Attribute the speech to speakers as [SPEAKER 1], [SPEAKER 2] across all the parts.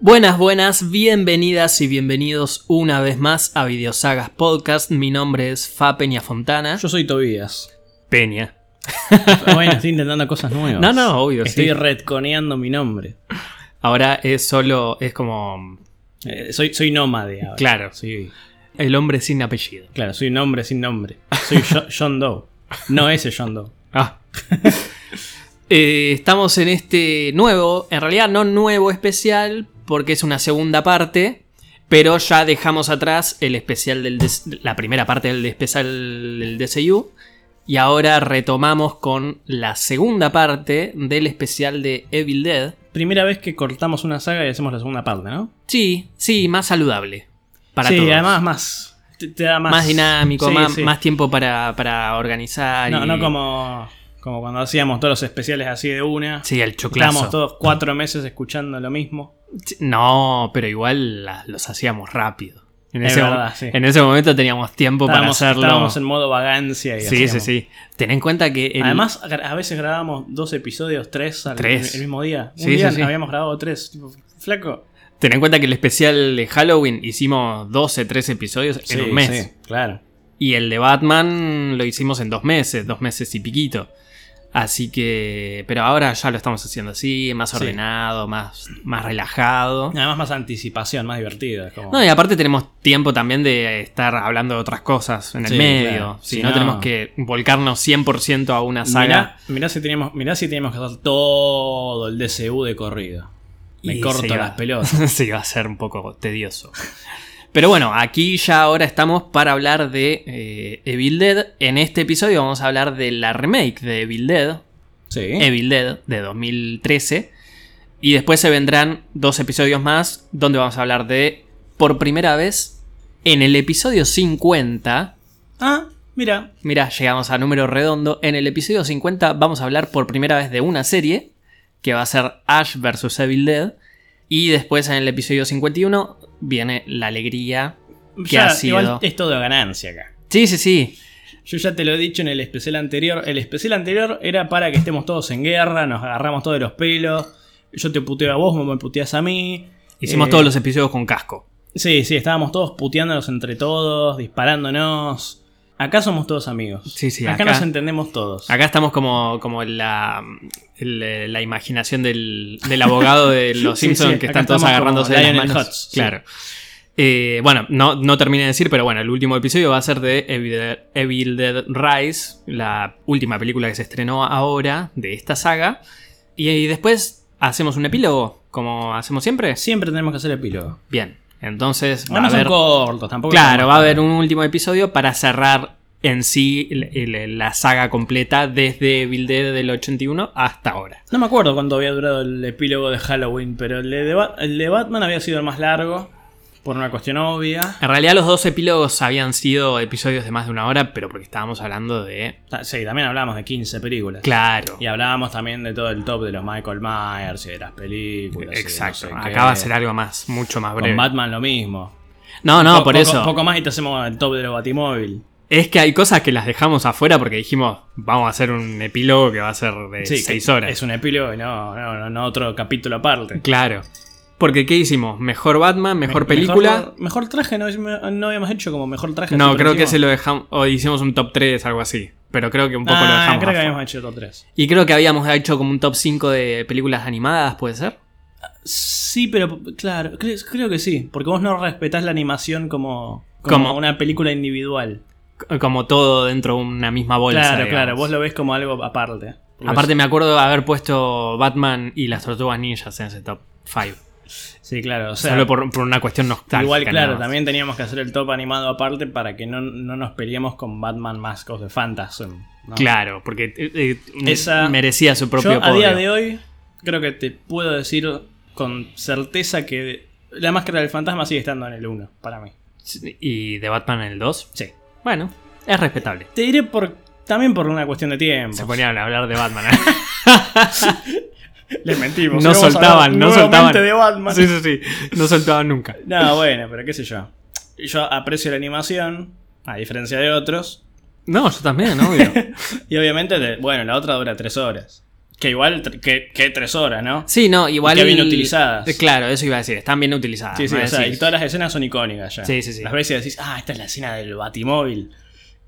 [SPEAKER 1] Buenas, buenas, bienvenidas y bienvenidos una vez más a Videosagas Podcast. Mi nombre es Fa Peña Fontana.
[SPEAKER 2] Yo soy Tobías.
[SPEAKER 1] Peña.
[SPEAKER 2] ¿Eh? bueno, estoy intentando cosas nuevas.
[SPEAKER 1] No, no, obvio,
[SPEAKER 2] Estoy
[SPEAKER 1] sí.
[SPEAKER 2] retconeando mi nombre.
[SPEAKER 1] Ahora es solo, es como,
[SPEAKER 2] Eh, soy, soy nómade ahora.
[SPEAKER 1] claro,
[SPEAKER 2] Soy-
[SPEAKER 1] el hombre sin apellido.
[SPEAKER 2] claro, soy un hombre sin nombre. Soy Jo- John Doe. No ese John Doe.
[SPEAKER 1] Ah. Eh, estamos en este nuevo, en realidad no nuevo especial, porque es una segunda parte, pero ya dejamos atrás el especial del des- la primera parte del especial del DCU y ahora retomamos con la segunda parte del especial de Evil Dead.
[SPEAKER 2] Primera vez que cortamos una saga y hacemos la segunda parte, ¿no?
[SPEAKER 1] Sí, sí, más saludable para
[SPEAKER 2] sí,
[SPEAKER 1] todos.
[SPEAKER 2] además más. Te, te da más.
[SPEAKER 1] más, dinámico,
[SPEAKER 2] Sí,
[SPEAKER 1] más,
[SPEAKER 2] sí.
[SPEAKER 1] más tiempo para, para organizar.
[SPEAKER 2] No,
[SPEAKER 1] y-
[SPEAKER 2] no como, como cuando hacíamos todos los especiales así de una.
[SPEAKER 1] Sí, el
[SPEAKER 2] Estábamos
[SPEAKER 1] choclazo.
[SPEAKER 2] todos cuatro meses escuchando lo mismo.
[SPEAKER 1] Sí, No, pero igual la- los hacíamos rápido. En
[SPEAKER 2] Es
[SPEAKER 1] ese, mo-
[SPEAKER 2] verdad, sí.
[SPEAKER 1] en ese momento teníamos tiempo
[SPEAKER 2] Estábamos,
[SPEAKER 1] para hacerlo.
[SPEAKER 2] estábamos en modo vagancia y
[SPEAKER 1] sí, sí,
[SPEAKER 2] hacíamos.
[SPEAKER 1] sí. Ten en cuenta que. el-
[SPEAKER 2] Además, gra- a veces grabábamos dos episodios, tres, al,
[SPEAKER 1] Tres.
[SPEAKER 2] El, mismo día. Un
[SPEAKER 1] Sí,
[SPEAKER 2] día
[SPEAKER 1] sí, sí.
[SPEAKER 2] habíamos grabado tres. Tipo, flaco.
[SPEAKER 1] ten en cuenta que el especial de Halloween hicimos 12, 13 episodios
[SPEAKER 2] Sí,
[SPEAKER 1] en un mes.
[SPEAKER 2] sí, claro.
[SPEAKER 1] Y el de Batman lo hicimos en dos meses, dos meses y piquito. Así que. Pero ahora ya lo estamos haciendo así, más
[SPEAKER 2] Sí.
[SPEAKER 1] ordenado, más, más relajado.
[SPEAKER 2] Además, más anticipación, más divertido. es como-
[SPEAKER 1] No, y aparte tenemos tiempo también de estar hablando de otras cosas en el
[SPEAKER 2] Sí,
[SPEAKER 1] medio.
[SPEAKER 2] claro.
[SPEAKER 1] Si
[SPEAKER 2] Si
[SPEAKER 1] no,
[SPEAKER 2] no-
[SPEAKER 1] tenemos que volcarnos 100% a una
[SPEAKER 2] mirá,
[SPEAKER 1] saga.
[SPEAKER 2] mirá si teníamos, mirá si teníamos que hacer todo el DCU de corrido. Me
[SPEAKER 1] Y se
[SPEAKER 2] corto
[SPEAKER 1] iba-
[SPEAKER 2] las pelotas.
[SPEAKER 1] se iba a ser un poco tedioso. Pero bueno, aquí ya ahora estamos para hablar de eh, Evil Dead. En este episodio vamos a hablar de la remake de Evil Dead,
[SPEAKER 2] Sí.
[SPEAKER 1] Evil Dead de 2013. Y después se vendrán dos episodios más donde vamos a hablar de, por primera vez, en el episodio 50,
[SPEAKER 2] Ah, mira.
[SPEAKER 1] Mirá, llegamos a número redondo. En el episodio 50 vamos a hablar por primera vez de una serie, que va a ser Ash vs. Evil Dead. Y después en el episodio 51 viene la alegría. ¿Qué
[SPEAKER 2] Ya,
[SPEAKER 1] ha sido?
[SPEAKER 2] Igual es todo ganancia acá.
[SPEAKER 1] Sí, sí, sí.
[SPEAKER 2] Yo ya te lo he dicho en el especial anterior. El especial anterior era para que estemos todos en guerra, nos agarramos todos de los pelos. Yo te puteo a vos, vos me puteas a mí.
[SPEAKER 1] Hicimos
[SPEAKER 2] Eh,
[SPEAKER 1] todos los episodios con casco.
[SPEAKER 2] Sí, sí, estábamos todos puteándonos entre todos, disparándonos. Acá somos todos amigos.
[SPEAKER 1] Sí, sí,
[SPEAKER 2] acá,
[SPEAKER 1] acá-
[SPEAKER 2] nos entendemos todos.
[SPEAKER 1] Acá estamos como, como la, el- eh, la imaginación del, del abogado de los
[SPEAKER 2] Sí,
[SPEAKER 1] Simpsons
[SPEAKER 2] sí,
[SPEAKER 1] que
[SPEAKER 2] acá
[SPEAKER 1] están todos
[SPEAKER 2] estamos
[SPEAKER 1] agarrándose
[SPEAKER 2] como
[SPEAKER 1] de las
[SPEAKER 2] Lionel
[SPEAKER 1] manos.
[SPEAKER 2] Hutz, sí.
[SPEAKER 1] claro. Eh, bueno, no, no terminé de decir, pero bueno, el último episodio va a ser de Evil Dead- Evil Dead Rise, la última película que se estrenó ahora de esta saga. Y, y después hacemos un epílogo, como hacemos siempre.
[SPEAKER 2] Siempre tenemos que hacer epílogo.
[SPEAKER 1] Bien, entonces va
[SPEAKER 2] Bueno,
[SPEAKER 1] a haber...
[SPEAKER 2] son cortos, tampoco.
[SPEAKER 1] Claro,
[SPEAKER 2] son-
[SPEAKER 1] va a haber un último episodio para cerrar en sí el- el- la saga completa desde Evil Dead del 81 hasta ahora.
[SPEAKER 2] No me acuerdo cuánto había durado el epílogo de Halloween, pero el de, Ba- el de Batman había sido el más largo, por una cuestión obvia.
[SPEAKER 1] En realidad los dos epílogos habían sido episodios de más de una hora, pero porque estábamos hablando de...
[SPEAKER 2] Ta- Sí, también hablábamos de 15 películas.
[SPEAKER 1] Claro.
[SPEAKER 2] Y hablábamos también de todo el top de los Michael Myers y de las
[SPEAKER 1] pues,
[SPEAKER 2] películas. y de
[SPEAKER 1] Exacto.
[SPEAKER 2] no sé qué.
[SPEAKER 1] Acá va a ser algo más, mucho más breve.
[SPEAKER 2] Con Batman lo mismo.
[SPEAKER 1] No, no,
[SPEAKER 2] Po-
[SPEAKER 1] por
[SPEAKER 2] poco-
[SPEAKER 1] eso.
[SPEAKER 2] Poco más y te hacemos el top de los Batimóvil.
[SPEAKER 1] Es que hay cosas que las dejamos afuera porque dijimos, vamos a hacer un epílogo que va a ser de
[SPEAKER 2] Sí,
[SPEAKER 1] seis
[SPEAKER 2] que
[SPEAKER 1] horas.
[SPEAKER 2] Es un epílogo y no, no, no, no otro capítulo aparte.
[SPEAKER 1] Claro. Porque ¿qué hicimos? Mejor Batman, mejor
[SPEAKER 2] Me-
[SPEAKER 1] película.
[SPEAKER 2] Mejor, mejor traje, no, no habíamos hecho como mejor traje.
[SPEAKER 1] No,
[SPEAKER 2] así,
[SPEAKER 1] creo
[SPEAKER 2] pero
[SPEAKER 1] que
[SPEAKER 2] encima-
[SPEAKER 1] se lo dejamos. O hicimos un top 3, algo así. Pero creo que un poco
[SPEAKER 2] Ah,
[SPEAKER 1] lo dejamos.
[SPEAKER 2] creo que
[SPEAKER 1] afuera.
[SPEAKER 2] habíamos hecho top 3.
[SPEAKER 1] Y creo que habíamos hecho como un top 5 de películas animadas, ¿puede ser?
[SPEAKER 2] Sí, pero claro, creo, creo que sí. Porque vos no respetás la animación como, como
[SPEAKER 1] Como-
[SPEAKER 2] una película individual.
[SPEAKER 1] C- Como todo dentro de una misma bolsa.
[SPEAKER 2] claro,
[SPEAKER 1] digamos. Pues
[SPEAKER 2] claro, vos lo ves como algo aparte. Porque
[SPEAKER 1] Aparte, me acuerdo de haber puesto Batman y las tortugas ninjas en ese top 5.
[SPEAKER 2] es- Sí, claro, o sea,
[SPEAKER 1] Solo por, por una cuestión nostálgica.
[SPEAKER 2] igual,
[SPEAKER 1] nada
[SPEAKER 2] claro,
[SPEAKER 1] más.
[SPEAKER 2] también teníamos que hacer el top animado aparte para que no, no nos peleemos con Batman Mask of the Phantasm. ¿no?
[SPEAKER 1] Claro, porque eh, eh,
[SPEAKER 2] Esa-
[SPEAKER 1] merecía su propio
[SPEAKER 2] Yo a día
[SPEAKER 1] podio.
[SPEAKER 2] de hoy creo que te puedo decir con certeza que la máscara del fantasma sigue estando en el 1 para mí.
[SPEAKER 1] Y de Batman en el 2.
[SPEAKER 2] Sí.
[SPEAKER 1] Bueno, es respetable.
[SPEAKER 2] Te diré por también por una cuestión de tiempo.
[SPEAKER 1] Se ponían a hablar de Batman. ¿eh?
[SPEAKER 2] Les mentimos.
[SPEAKER 1] No
[SPEAKER 2] Ahora vamos a
[SPEAKER 1] soltaban,
[SPEAKER 2] hablar
[SPEAKER 1] no
[SPEAKER 2] nuevamente
[SPEAKER 1] soltaban.
[SPEAKER 2] de Batman.
[SPEAKER 1] sí, sí, sí. No soltaban nunca.
[SPEAKER 2] No, bueno, pero qué sé yo. Yo aprecio la animación, a diferencia de otros.
[SPEAKER 1] No, yo también, obvio.
[SPEAKER 2] Y obviamente, de- bueno, la otra dura 3 horas. Que igual, tre- que, que tres horas, ¿no?
[SPEAKER 1] Sí, no, igual.
[SPEAKER 2] que bien utilizadas.
[SPEAKER 1] Eh, Claro, eso iba a decir, están bien utilizadas.
[SPEAKER 2] Sí, sí,
[SPEAKER 1] ¿no?
[SPEAKER 2] o sea,
[SPEAKER 1] Decís,
[SPEAKER 2] y todas las escenas son icónicas ya.
[SPEAKER 1] Sí, sí, sí.
[SPEAKER 2] Las veces decís, ah, esta es la escena del Batimóvil.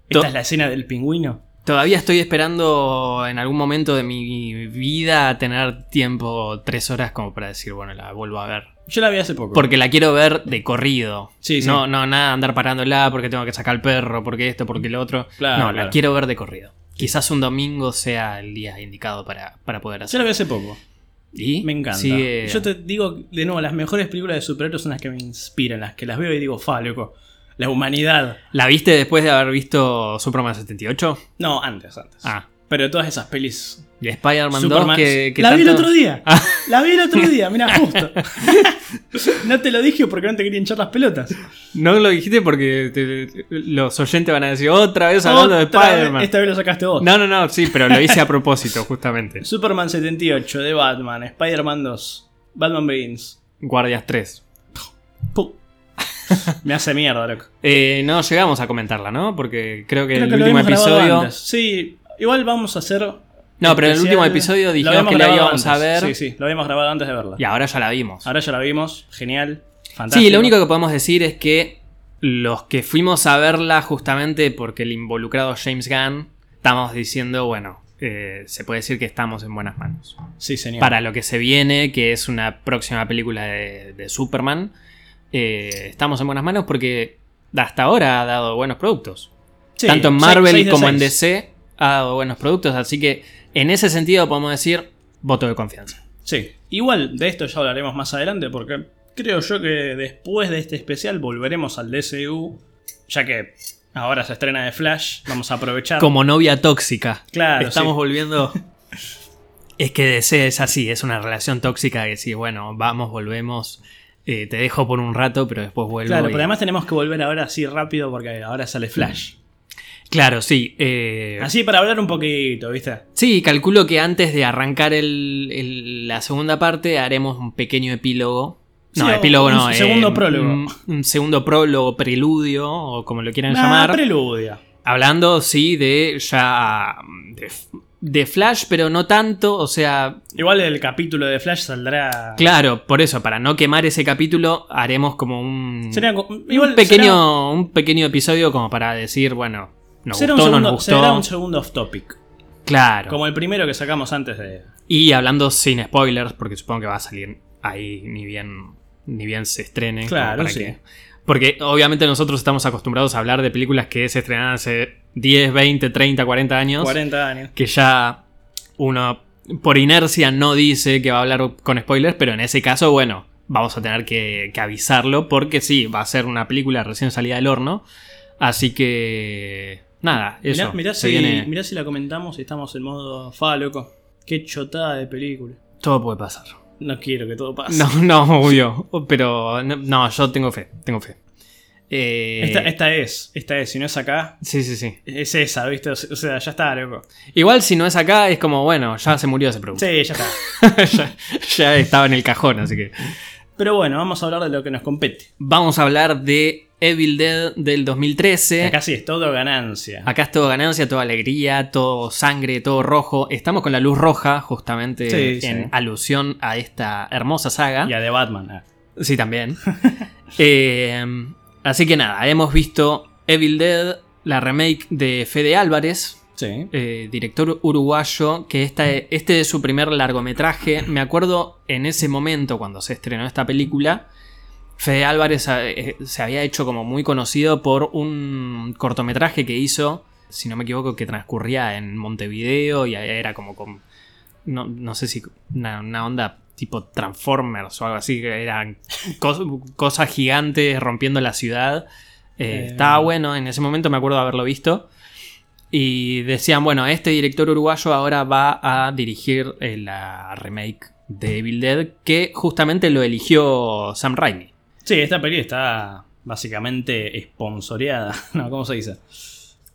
[SPEAKER 2] Esta
[SPEAKER 1] To-
[SPEAKER 2] es la escena del pingüino.
[SPEAKER 1] Todavía estoy esperando en algún momento de mi vida tener tiempo tres horas como para decir, bueno, la vuelvo a ver.
[SPEAKER 2] Yo la vi hace poco.
[SPEAKER 1] Porque la quiero ver de corrido.
[SPEAKER 2] Sí, sí.
[SPEAKER 1] No, no, nada, andar parándola porque tengo que sacar al perro, porque esto, porque lo otro.
[SPEAKER 2] Claro,
[SPEAKER 1] no,
[SPEAKER 2] claro.
[SPEAKER 1] la quiero ver de corrido. Quizás un domingo sea el día indicado para, para poder
[SPEAKER 2] Yo la
[SPEAKER 1] hacerlo.
[SPEAKER 2] vi hace poco.
[SPEAKER 1] Y
[SPEAKER 2] Me encanta.
[SPEAKER 1] sigue-
[SPEAKER 2] Yo te digo, de nuevo, las mejores películas de superhéroes son las que me inspiran, las que las veo y digo, fa, loco. La humanidad.
[SPEAKER 1] ¿La viste después de haber visto Superman 78?
[SPEAKER 2] No, antes, antes.
[SPEAKER 1] Ah.
[SPEAKER 2] Pero todas esas pelis.
[SPEAKER 1] Y Spider-Man 2
[SPEAKER 2] Superman-
[SPEAKER 1] que, que
[SPEAKER 2] la vi el
[SPEAKER 1] tanto-
[SPEAKER 2] otro día.
[SPEAKER 1] Ah.
[SPEAKER 2] La vi el otro día, mira, justo. no te lo dije porque no te quería hinchar las pelotas.
[SPEAKER 1] No lo dijiste porque te- los oyentes van a decir otra vez hablando de
[SPEAKER 2] Otra vez-
[SPEAKER 1] Spider-Man.
[SPEAKER 2] Esta vez lo sacaste vos.
[SPEAKER 1] No, no, no, sí, pero lo hice a propósito, justamente.
[SPEAKER 2] Superman 78 de Batman, Spider-Man 2, Batman Begins.
[SPEAKER 1] Guardias 3.
[SPEAKER 2] Puh. Me hace mierda, loco.
[SPEAKER 1] Eh, no llegamos a comentarla, ¿no? Porque creo que
[SPEAKER 2] Creo
[SPEAKER 1] el
[SPEAKER 2] que lo
[SPEAKER 1] último
[SPEAKER 2] habíamos grabado
[SPEAKER 1] episodio.
[SPEAKER 2] antes. Sí, igual vamos a hacer.
[SPEAKER 1] No, pero en el
[SPEAKER 2] especial-
[SPEAKER 1] último episodio dijimos
[SPEAKER 2] habíamos
[SPEAKER 1] que la
[SPEAKER 2] grabado
[SPEAKER 1] íbamos a
[SPEAKER 2] antes.
[SPEAKER 1] ver.
[SPEAKER 2] Sí, sí, lo habíamos grabado antes de verla.
[SPEAKER 1] Y ahora ya la vimos.
[SPEAKER 2] Ahora ya la vimos, genial, fantástico.
[SPEAKER 1] Sí, lo único que podemos decir es que los que fuimos a verla justamente porque el involucrado es James Gunn, estamos diciendo, bueno, eh, se puede decir que estamos en buenas manos.
[SPEAKER 2] Sí, señor.
[SPEAKER 1] Para lo que se viene, que es una próxima película de, de Superman, eh, estamos en buenas manos porque hasta ahora ha dado buenos productos.
[SPEAKER 2] Sí,
[SPEAKER 1] Tanto en
[SPEAKER 2] seis-
[SPEAKER 1] Marvel
[SPEAKER 2] seis de
[SPEAKER 1] como en
[SPEAKER 2] seis.
[SPEAKER 1] DC ha dado buenos productos, así que en ese sentido podemos decir voto de confianza.
[SPEAKER 2] Sí, igual de esto ya hablaremos más adelante porque creo yo que después de este especial volveremos al DCU, ya que ahora se estrena de Flash, vamos a aprovechar.
[SPEAKER 1] Como novia tóxica.
[SPEAKER 2] Claro,
[SPEAKER 1] Estamos
[SPEAKER 2] sí.
[SPEAKER 1] volviendo. Es que DC es así, es una relación tóxica que sí, bueno, vamos, volvemos, eh, te dejo por un rato, pero después vuelvo.
[SPEAKER 2] Claro,
[SPEAKER 1] y-
[SPEAKER 2] pero además tenemos que volver ahora así rápido porque ahora sale Flash.
[SPEAKER 1] Claro, sí. eh,
[SPEAKER 2] Así para hablar un poquito, ¿viste?
[SPEAKER 1] Sí, calculo que antes de arrancar el- el- la segunda parte haremos un pequeño epílogo. No,
[SPEAKER 2] Sí, o
[SPEAKER 1] epílogo
[SPEAKER 2] un
[SPEAKER 1] no. eh,
[SPEAKER 2] segundo prólogo.
[SPEAKER 1] Un, un segundo prólogo, preludio, o como lo quieran
[SPEAKER 2] Nah,
[SPEAKER 1] llamar.
[SPEAKER 2] preludia.
[SPEAKER 1] Hablando, sí, de ya. De, de Flash, pero no tanto. O sea,
[SPEAKER 2] Igual el capítulo de Flash saldrá.
[SPEAKER 1] claro, por eso, para no quemar ese capítulo, haremos como un.
[SPEAKER 2] Será co- igual
[SPEAKER 1] un pequeño, un pequeño episodio como para decir, bueno, nos gustó,
[SPEAKER 2] será- será un
[SPEAKER 1] no
[SPEAKER 2] segundo,
[SPEAKER 1] nos gustó.
[SPEAKER 2] será un segundo off topic.
[SPEAKER 1] Claro.
[SPEAKER 2] Como el primero que sacamos antes de.
[SPEAKER 1] Y hablando sin spoilers, porque supongo que va a salir ahí ni bien, ni bien se estrene. como
[SPEAKER 2] Claro,
[SPEAKER 1] para
[SPEAKER 2] sí.
[SPEAKER 1] que- Porque obviamente nosotros estamos acostumbrados a hablar de películas que se estrenaron hace 10, 20, 30, 40 años.
[SPEAKER 2] 40 años.
[SPEAKER 1] Que ya uno por inercia no dice que va a hablar con spoilers, pero en ese caso, bueno, vamos a tener que, que avisarlo porque sí, va a ser una película recién salida del horno. Así que... Nada, eso.
[SPEAKER 2] Mirá, mirá
[SPEAKER 1] se
[SPEAKER 2] si,
[SPEAKER 1] viene-
[SPEAKER 2] mirá si la comentamos y estamos en modo fa, loco. Qué chotada de película.
[SPEAKER 1] Todo puede pasar.
[SPEAKER 2] No quiero que todo pase.
[SPEAKER 1] No, no, obvio. Pero no, no, yo tengo fe, tengo fe. Eh,
[SPEAKER 2] Esta, esta es, esta es. Si no es acá,
[SPEAKER 1] Sí, sí, sí.
[SPEAKER 2] es esa, ¿viste? O sea, ya está, loco.
[SPEAKER 1] Igual si no es acá, es como, bueno, ya se murió ese producto.
[SPEAKER 2] Sí, ya está.
[SPEAKER 1] ya, ya estaba en el cajón, así que.
[SPEAKER 2] Pero bueno, vamos a hablar de lo que nos compete.
[SPEAKER 1] Vamos a hablar de Evil Dead del 2013.
[SPEAKER 2] Acá sí es todo ganancia.
[SPEAKER 1] Acá es todo ganancia, toda alegría, todo sangre, todo rojo. Estamos con la luz roja, justamente
[SPEAKER 2] Sí,
[SPEAKER 1] en
[SPEAKER 2] sí.
[SPEAKER 1] alusión a esta hermosa saga.
[SPEAKER 2] Y a de Batman. ah.
[SPEAKER 1] Sí, también. Eh, así que nada, hemos visto Evil Dead, la remake de Fede Álvarez,
[SPEAKER 2] Sí.
[SPEAKER 1] eh, director uruguayo, que esta, este es su primer largometraje. Me acuerdo en ese momento, cuando se estrenó esta película, Fede Álvarez eh, se había hecho como muy conocido por un cortometraje que hizo, si no me equivoco, que transcurría en Montevideo y era como con, no, no sé si una, una onda tipo Transformers o algo así, que eran cos- cosas gigantes rompiendo la ciudad. Eh,
[SPEAKER 2] Eh.
[SPEAKER 1] Estaba bueno, en ese momento me acuerdo de haberlo visto. Y decían, bueno, este director uruguayo ahora va a dirigir eh, la remake de Evil Dead, que justamente lo eligió Sam Raimi.
[SPEAKER 2] Sí, esta peli está básicamente esponsoreada. No, ¿cómo se dice?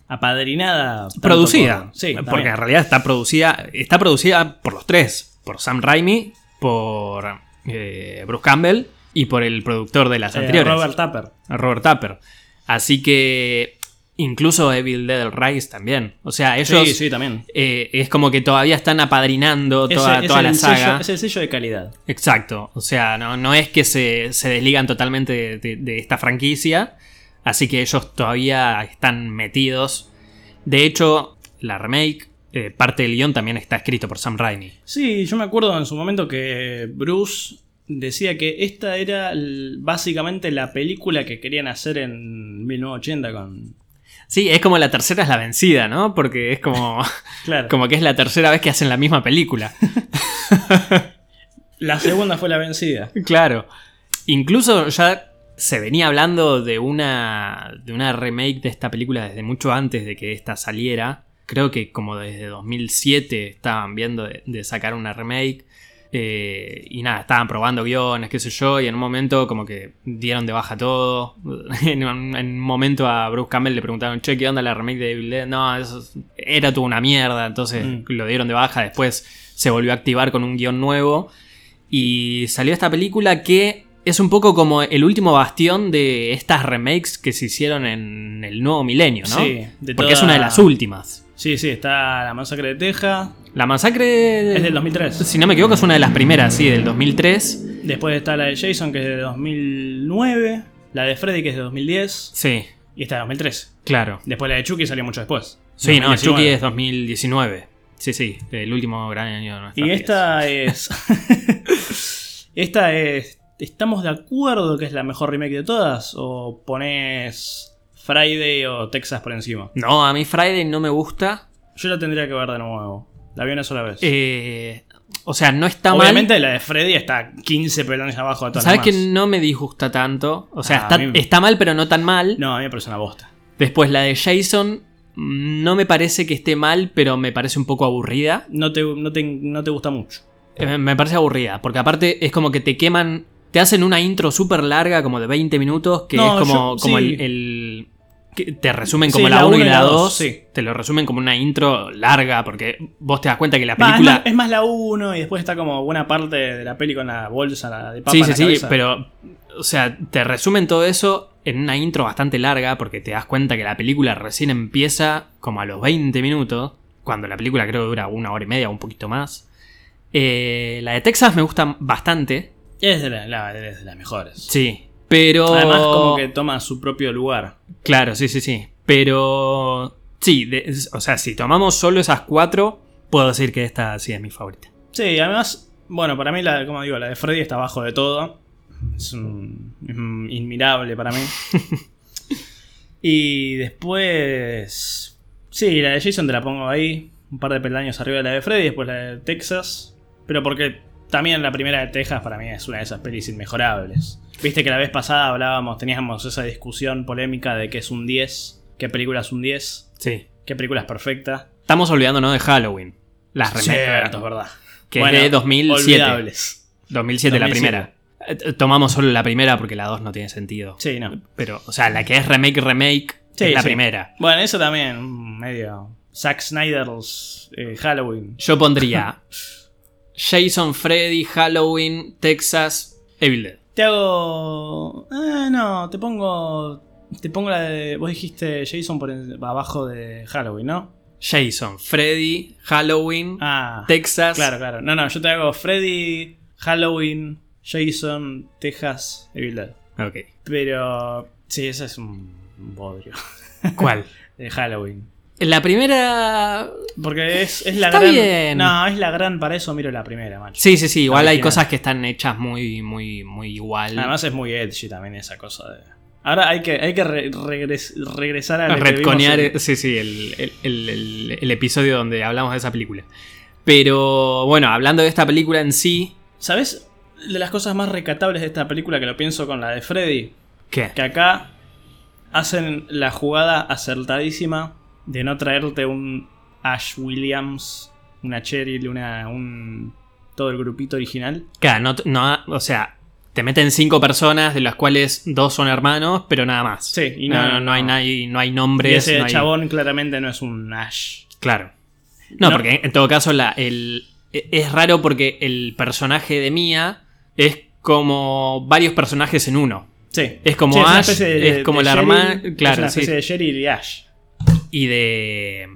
[SPEAKER 2] Apadrinada. tanto
[SPEAKER 1] producida.
[SPEAKER 2] por- Sí,
[SPEAKER 1] porque
[SPEAKER 2] porque
[SPEAKER 1] en realidad está producida. Está producida por los tres. Por Sam Raimi, por eh, Bruce Campbell
[SPEAKER 2] Eh,
[SPEAKER 1] y por el productor de las anteriores.
[SPEAKER 2] Robert Tapper.
[SPEAKER 1] Robert Tapper. Así que Incluso Evil Dead Rise también. O sea, ellos
[SPEAKER 2] sí, sí, también.
[SPEAKER 1] eh, es como que todavía están apadrinando toda,
[SPEAKER 2] Ese- es
[SPEAKER 1] toda la
[SPEAKER 2] el
[SPEAKER 1] saga.
[SPEAKER 2] sello- es el sello de calidad.
[SPEAKER 1] Exacto. O sea, no, no es que se, se desligan totalmente de, de- de esta franquicia. Así que ellos todavía están metidos. De hecho, la remake, eh, parte del guión también está escrito por Sam Raimi.
[SPEAKER 2] Sí, yo me acuerdo en su momento que Bruce decía que esta era l- básicamente la película que querían hacer en 1980 con...
[SPEAKER 1] Sí, es como la tercera es la vencida, ¿no? Porque es como,
[SPEAKER 2] Claro.
[SPEAKER 1] como que es la tercera vez que hacen la misma película.
[SPEAKER 2] La segunda fue la vencida.
[SPEAKER 1] Claro. Incluso ya se venía hablando de una, de una remake de esta película desde mucho antes de que esta saliera. Creo que como desde 2007 estaban viendo de, de sacar una remake. Eh, y nada, estaban probando guiones, qué sé yo, y en un momento como que dieron de baja todo. en, un, en un momento a Bruce Campbell le preguntaron, che, ¿qué onda la remake de Evil Dead? No, eso es- era toda una mierda, entonces
[SPEAKER 2] Mm.
[SPEAKER 1] lo dieron de baja, después se volvió a activar con un guión nuevo. Y salió esta película que es un poco como el último bastión de estas remakes que se hicieron en el nuevo milenio, ¿no?
[SPEAKER 2] Sí, de
[SPEAKER 1] Porque es
[SPEAKER 2] toda-
[SPEAKER 1] una de las últimas.
[SPEAKER 2] Sí, sí, está La Masacre de Texas.
[SPEAKER 1] La masacre.
[SPEAKER 2] Es del 2003.
[SPEAKER 1] Si no me equivoco, es una de las primeras, sí, del 2003.
[SPEAKER 2] Después está la de Jason, que es de 2009. La de Freddy, que es de 2010.
[SPEAKER 1] Sí,
[SPEAKER 2] Y está de 2013.
[SPEAKER 1] claro.
[SPEAKER 2] Después la de Chucky salió mucho después.
[SPEAKER 1] Sí, no,
[SPEAKER 2] 2019.
[SPEAKER 1] Chucky es 2019. Sí, sí, el último gran año de nuestra
[SPEAKER 2] Y esta es. esta es. ¿Estamos de acuerdo que es la mejor remake de todas? ¿O pones Friday o Texas por encima?
[SPEAKER 1] No, a mí Friday no me gusta.
[SPEAKER 2] Yo la tendría que ver de nuevo. La vi una sola vez.
[SPEAKER 1] Eh, o sea, no está mal.
[SPEAKER 2] Obviamente la de Freddy está 15 pelones abajo de todas
[SPEAKER 1] Sabes
[SPEAKER 2] las
[SPEAKER 1] que
[SPEAKER 2] demás.
[SPEAKER 1] no me disgusta tanto. O
[SPEAKER 2] Ah,
[SPEAKER 1] sea,
[SPEAKER 2] a
[SPEAKER 1] está,
[SPEAKER 2] mí-
[SPEAKER 1] está mal, pero no tan mal.
[SPEAKER 2] No, a mí me parece una bosta.
[SPEAKER 1] Después la de Jason mm, no me parece que esté mal, pero me parece un poco aburrida.
[SPEAKER 2] No te, no te, no te gusta mucho.
[SPEAKER 1] Eh, Me parece aburrida, porque aparte es como que te queman, te hacen una intro súper larga, como de 20 minutos, que
[SPEAKER 2] No,
[SPEAKER 1] es como,
[SPEAKER 2] yo-
[SPEAKER 1] como
[SPEAKER 2] sí.
[SPEAKER 1] el... el- que te resumen como
[SPEAKER 2] Sí,
[SPEAKER 1] la
[SPEAKER 2] la
[SPEAKER 1] 1 y
[SPEAKER 2] uno
[SPEAKER 1] la 2,
[SPEAKER 2] sí.
[SPEAKER 1] te lo resumen como una intro larga, porque vos te das cuenta que la
[SPEAKER 2] Va, es,
[SPEAKER 1] película...
[SPEAKER 2] más, es más la 1 y después está como buena parte de la peli con la bolsa la de papa.
[SPEAKER 1] sí,
[SPEAKER 2] en
[SPEAKER 1] sí,
[SPEAKER 2] la
[SPEAKER 1] sí,
[SPEAKER 2] cabeza.
[SPEAKER 1] pero... O sea, te resumen todo eso en una intro bastante larga, porque te das cuenta que la película recién empieza como a los 20 minutos, cuando la película creo que dura una hora y media o un poquito más. Eh, la de Texas me gusta bastante,
[SPEAKER 2] Es de, la- la- es de las mejores.
[SPEAKER 1] sí, pero...
[SPEAKER 2] Además, como que toma su propio lugar.
[SPEAKER 1] Claro, sí, sí, sí. Pero. Sí, de- es- o sea, si tomamos solo esas cuatro, puedo decir que esta sí es mi favorita.
[SPEAKER 2] Sí, además, bueno, para mí, la, como digo, la de Freddy está abajo de todo. Es un- es un inmirable para mí. y después. Sí, la de Jason te la pongo ahí. Un par de peldaños arriba de la de Freddy, después la de Texas. Pero porque también la primera de Texas para mí es una de esas pelis inmejorables. Viste que la vez pasada hablábamos, teníamos esa discusión polémica de que es un 10, qué película es un 10,
[SPEAKER 1] Sí.
[SPEAKER 2] qué película es perfecta.
[SPEAKER 1] Estamos olvidándonos de Halloween. Las
[SPEAKER 2] Sí,
[SPEAKER 1] remakes.
[SPEAKER 2] es verdad.
[SPEAKER 1] Que es de 2007.
[SPEAKER 2] Olvidables.
[SPEAKER 1] 2007, la
[SPEAKER 2] 2007.
[SPEAKER 1] primera. Eh, t- Tomamos solo la primera porque la dos no tiene sentido.
[SPEAKER 2] Sí, no.
[SPEAKER 1] Pero, o sea, la que es remake, remake,
[SPEAKER 2] Sí,
[SPEAKER 1] es la
[SPEAKER 2] sí.
[SPEAKER 1] primera.
[SPEAKER 2] Bueno, eso también, mm, medio. Zack Snyder's eh, Halloween.
[SPEAKER 1] Yo pondría Jason, Freddy, Halloween, Texas, Evil Dead.
[SPEAKER 2] Te hago. Ah, no, te pongo. Te pongo la de. Vos dijiste Jason por en- abajo de Halloween, ¿no?
[SPEAKER 1] Jason, Freddy, Halloween,
[SPEAKER 2] Ah.
[SPEAKER 1] Texas.
[SPEAKER 2] Claro, claro. No, no, yo te hago Freddy, Halloween, Jason, Texas, Evil Dead.
[SPEAKER 1] Ok.
[SPEAKER 2] Pero. Sí, ese es un bodrio.
[SPEAKER 1] ¿Cuál?
[SPEAKER 2] De Halloween.
[SPEAKER 1] La primera
[SPEAKER 2] Porque es, es la
[SPEAKER 1] Está
[SPEAKER 2] gran.
[SPEAKER 1] bien.
[SPEAKER 2] No, es la gran. Para eso miro la primera, macho.
[SPEAKER 1] Sí, sí, sí. Igual hay
[SPEAKER 2] Original.
[SPEAKER 1] cosas que están hechas muy, muy, muy igual.
[SPEAKER 2] Además es muy edgy también esa cosa de... Ahora hay que, hay que re- regres- regresar a... la que
[SPEAKER 1] Redconear,
[SPEAKER 2] vimos en-
[SPEAKER 1] eh, sí, sí, el, el- el- el- el episodio donde hablamos de esa película. Pero bueno, hablando de esta película en sí,
[SPEAKER 2] ¿Sabes? De las cosas más recatables de esta película que lo pienso con la de Freddy,
[SPEAKER 1] ¿qué?
[SPEAKER 2] que acá hacen la jugada acertadísima de no traerte un Ash Williams, una Cheryl, una, un... todo el grupito original.
[SPEAKER 1] Claro, ah, no, no- o sea, te meten cinco personas de las cuales dos son hermanos, pero nada más.
[SPEAKER 2] Sí, y
[SPEAKER 1] no,
[SPEAKER 2] no-
[SPEAKER 1] no, no hay
[SPEAKER 2] no.
[SPEAKER 1] nadie, no hay
[SPEAKER 2] y
[SPEAKER 1] nombres.
[SPEAKER 2] ese
[SPEAKER 1] no hay-
[SPEAKER 2] chabón claramente no es un Ash.
[SPEAKER 1] Claro. No,
[SPEAKER 2] No.
[SPEAKER 1] porque en todo caso la, el, e- es raro porque el personaje de Mia es como varios personajes en uno.
[SPEAKER 2] Sí.
[SPEAKER 1] Es como
[SPEAKER 2] Sí, una
[SPEAKER 1] Ash,
[SPEAKER 2] especie de-
[SPEAKER 1] es
[SPEAKER 2] de-
[SPEAKER 1] como
[SPEAKER 2] de
[SPEAKER 1] la
[SPEAKER 2] Cheryl,
[SPEAKER 1] hermana- claro,
[SPEAKER 2] Es una
[SPEAKER 1] sí.
[SPEAKER 2] especie de Sherry y Ash.
[SPEAKER 1] Y de.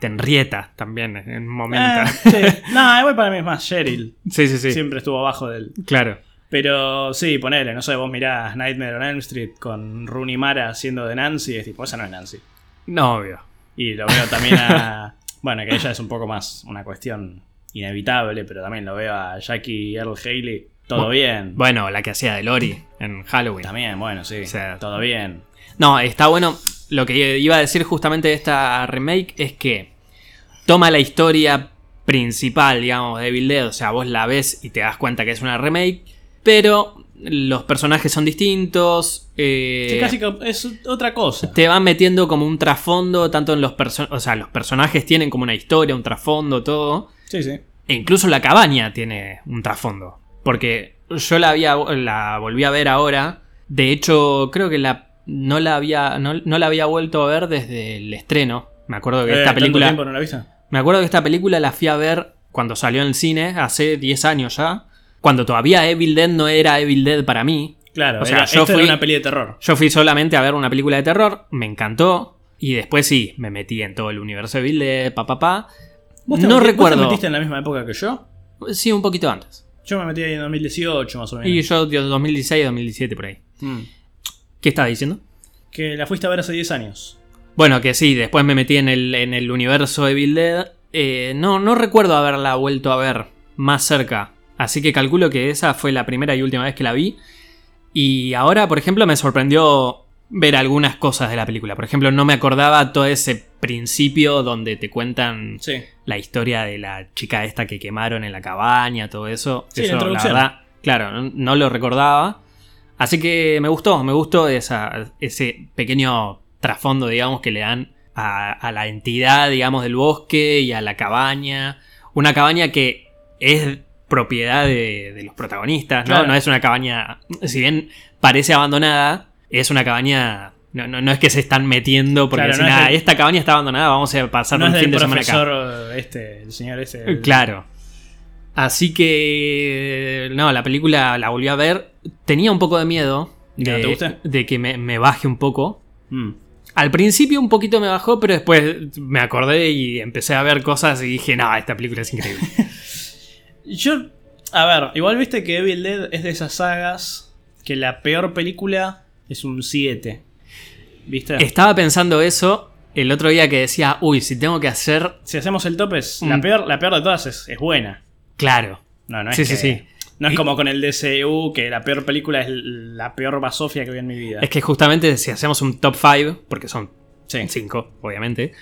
[SPEAKER 1] Tenrieta también en un momento.
[SPEAKER 2] Ah, sí. No, igual para mí es más Cheryl.
[SPEAKER 1] sí, sí, sí.
[SPEAKER 2] Siempre estuvo abajo del.
[SPEAKER 1] Claro.
[SPEAKER 2] Pero sí, ponele, no sé, vos mirás Nightmare on Elm Street con Rooney Mara haciendo de Nancy, es tipo, esa no es Nancy.
[SPEAKER 1] No, obvio.
[SPEAKER 2] Y lo veo también a. bueno, que ella es un poco más una cuestión inevitable, pero también lo veo a Jackie Earl Haley, todo
[SPEAKER 1] Bu-
[SPEAKER 2] bien.
[SPEAKER 1] Bueno, la que hacía de Lori en Halloween.
[SPEAKER 2] También, bueno, sí,
[SPEAKER 1] O sea-
[SPEAKER 2] todo bien.
[SPEAKER 1] No, está bueno. Lo que iba a decir justamente de esta remake es que toma la historia principal, digamos, de Evil Dead. O sea, vos la ves y te das cuenta que es una remake. Pero los personajes son distintos. eh,
[SPEAKER 2] Sí, casi que es otra cosa.
[SPEAKER 1] te van metiendo como un trasfondo, tanto en los personajes. O sea, los personajes tienen como una historia, un trasfondo, todo.
[SPEAKER 2] Sí, sí.
[SPEAKER 1] E incluso la cabaña tiene un trasfondo. Porque yo la había la volví a ver ahora. De hecho, creo que la no la había no, no la había vuelto a ver desde el estreno. Me acuerdo que
[SPEAKER 2] Eh,
[SPEAKER 1] esta
[SPEAKER 2] ¿tanto
[SPEAKER 1] película
[SPEAKER 2] tiempo no la viste?
[SPEAKER 1] me acuerdo que esta película la fui a ver cuando salió en el cine hace 10 años ya, cuando todavía Evil Dead no era Evil Dead para mí.
[SPEAKER 2] Claro,
[SPEAKER 1] O sea,
[SPEAKER 2] era-
[SPEAKER 1] yo
[SPEAKER 2] esto era
[SPEAKER 1] fui-
[SPEAKER 2] una peli de terror.
[SPEAKER 1] Yo fui solamente a ver una película de terror, me encantó y después sí, me metí en todo el universo de Evil Dead, pa pa pa.
[SPEAKER 2] ¿Vos te
[SPEAKER 1] No
[SPEAKER 2] metiste- ¿Vos te
[SPEAKER 1] recuerdo.
[SPEAKER 2] metiste en la misma época que yo?
[SPEAKER 1] Sí, un poquito antes.
[SPEAKER 2] Yo me metí ahí en 2018, más o menos.
[SPEAKER 1] Y yo, Dios, 2016, 2017 por ahí.
[SPEAKER 2] Mm.
[SPEAKER 1] ¿Qué estaba diciendo?
[SPEAKER 2] Que la fuiste a ver hace 10 años.
[SPEAKER 1] Bueno, que sí, después me metí en el, en el universo de Bill Dead. Eh, no, no recuerdo haberla vuelto a ver más cerca. Así que calculo que esa fue la primera y última vez que la vi. Y ahora, por ejemplo, me sorprendió ver algunas cosas de la película. Por ejemplo, no me acordaba todo ese principio donde te cuentan
[SPEAKER 2] Sí.
[SPEAKER 1] la historia de la chica esta que quemaron en la cabaña, todo eso.
[SPEAKER 2] Sí, la
[SPEAKER 1] eso, la
[SPEAKER 2] introducción.
[SPEAKER 1] verdad, claro, no, no lo recordaba. Así que me gustó, me gustó esa, ese pequeño trasfondo, digamos, que le dan a, a la entidad, digamos, del bosque y a la cabaña. Una cabaña que es propiedad de, de los protagonistas, ¿no?
[SPEAKER 2] Claro.
[SPEAKER 1] No es una cabaña, si bien parece abandonada, es una cabaña... No, no, no es que se están metiendo porque
[SPEAKER 2] Claro,
[SPEAKER 1] dicen,
[SPEAKER 2] no es
[SPEAKER 1] "Ah,
[SPEAKER 2] el-
[SPEAKER 1] esta cabaña está abandonada, vamos a pasar
[SPEAKER 2] No
[SPEAKER 1] un
[SPEAKER 2] es
[SPEAKER 1] fin
[SPEAKER 2] del
[SPEAKER 1] de semana acá.
[SPEAKER 2] profesor este, el señor ese. el-
[SPEAKER 1] Eh, Claro. Así que. No, la película la volví a ver. Tenía un poco de miedo.
[SPEAKER 2] ¿Que no te
[SPEAKER 1] De,
[SPEAKER 2] guste?
[SPEAKER 1] de que me, me baje un poco.
[SPEAKER 2] Mm.
[SPEAKER 1] Al principio un poquito me bajó, pero después me acordé y empecé a ver cosas y dije, no, esta película es increíble.
[SPEAKER 2] Yo, a ver, igual viste que Evil Dead es de esas sagas que la peor película es un 7. ¿Viste?
[SPEAKER 1] Estaba pensando eso el otro día que decía, uy, si tengo que hacer.
[SPEAKER 2] Si hacemos el top, es la,
[SPEAKER 1] Mm.
[SPEAKER 2] peor, la peor de todas es, es buena.
[SPEAKER 1] Claro.
[SPEAKER 2] No, no es
[SPEAKER 1] Sí, sí,
[SPEAKER 2] que-
[SPEAKER 1] sí.
[SPEAKER 2] No es
[SPEAKER 1] Y-
[SPEAKER 2] como con el DCU, que la peor película es la peor basofia que vi en mi vida.
[SPEAKER 1] Es que justamente si hacemos un top 5, porque son
[SPEAKER 2] Sí.
[SPEAKER 1] 5, obviamente.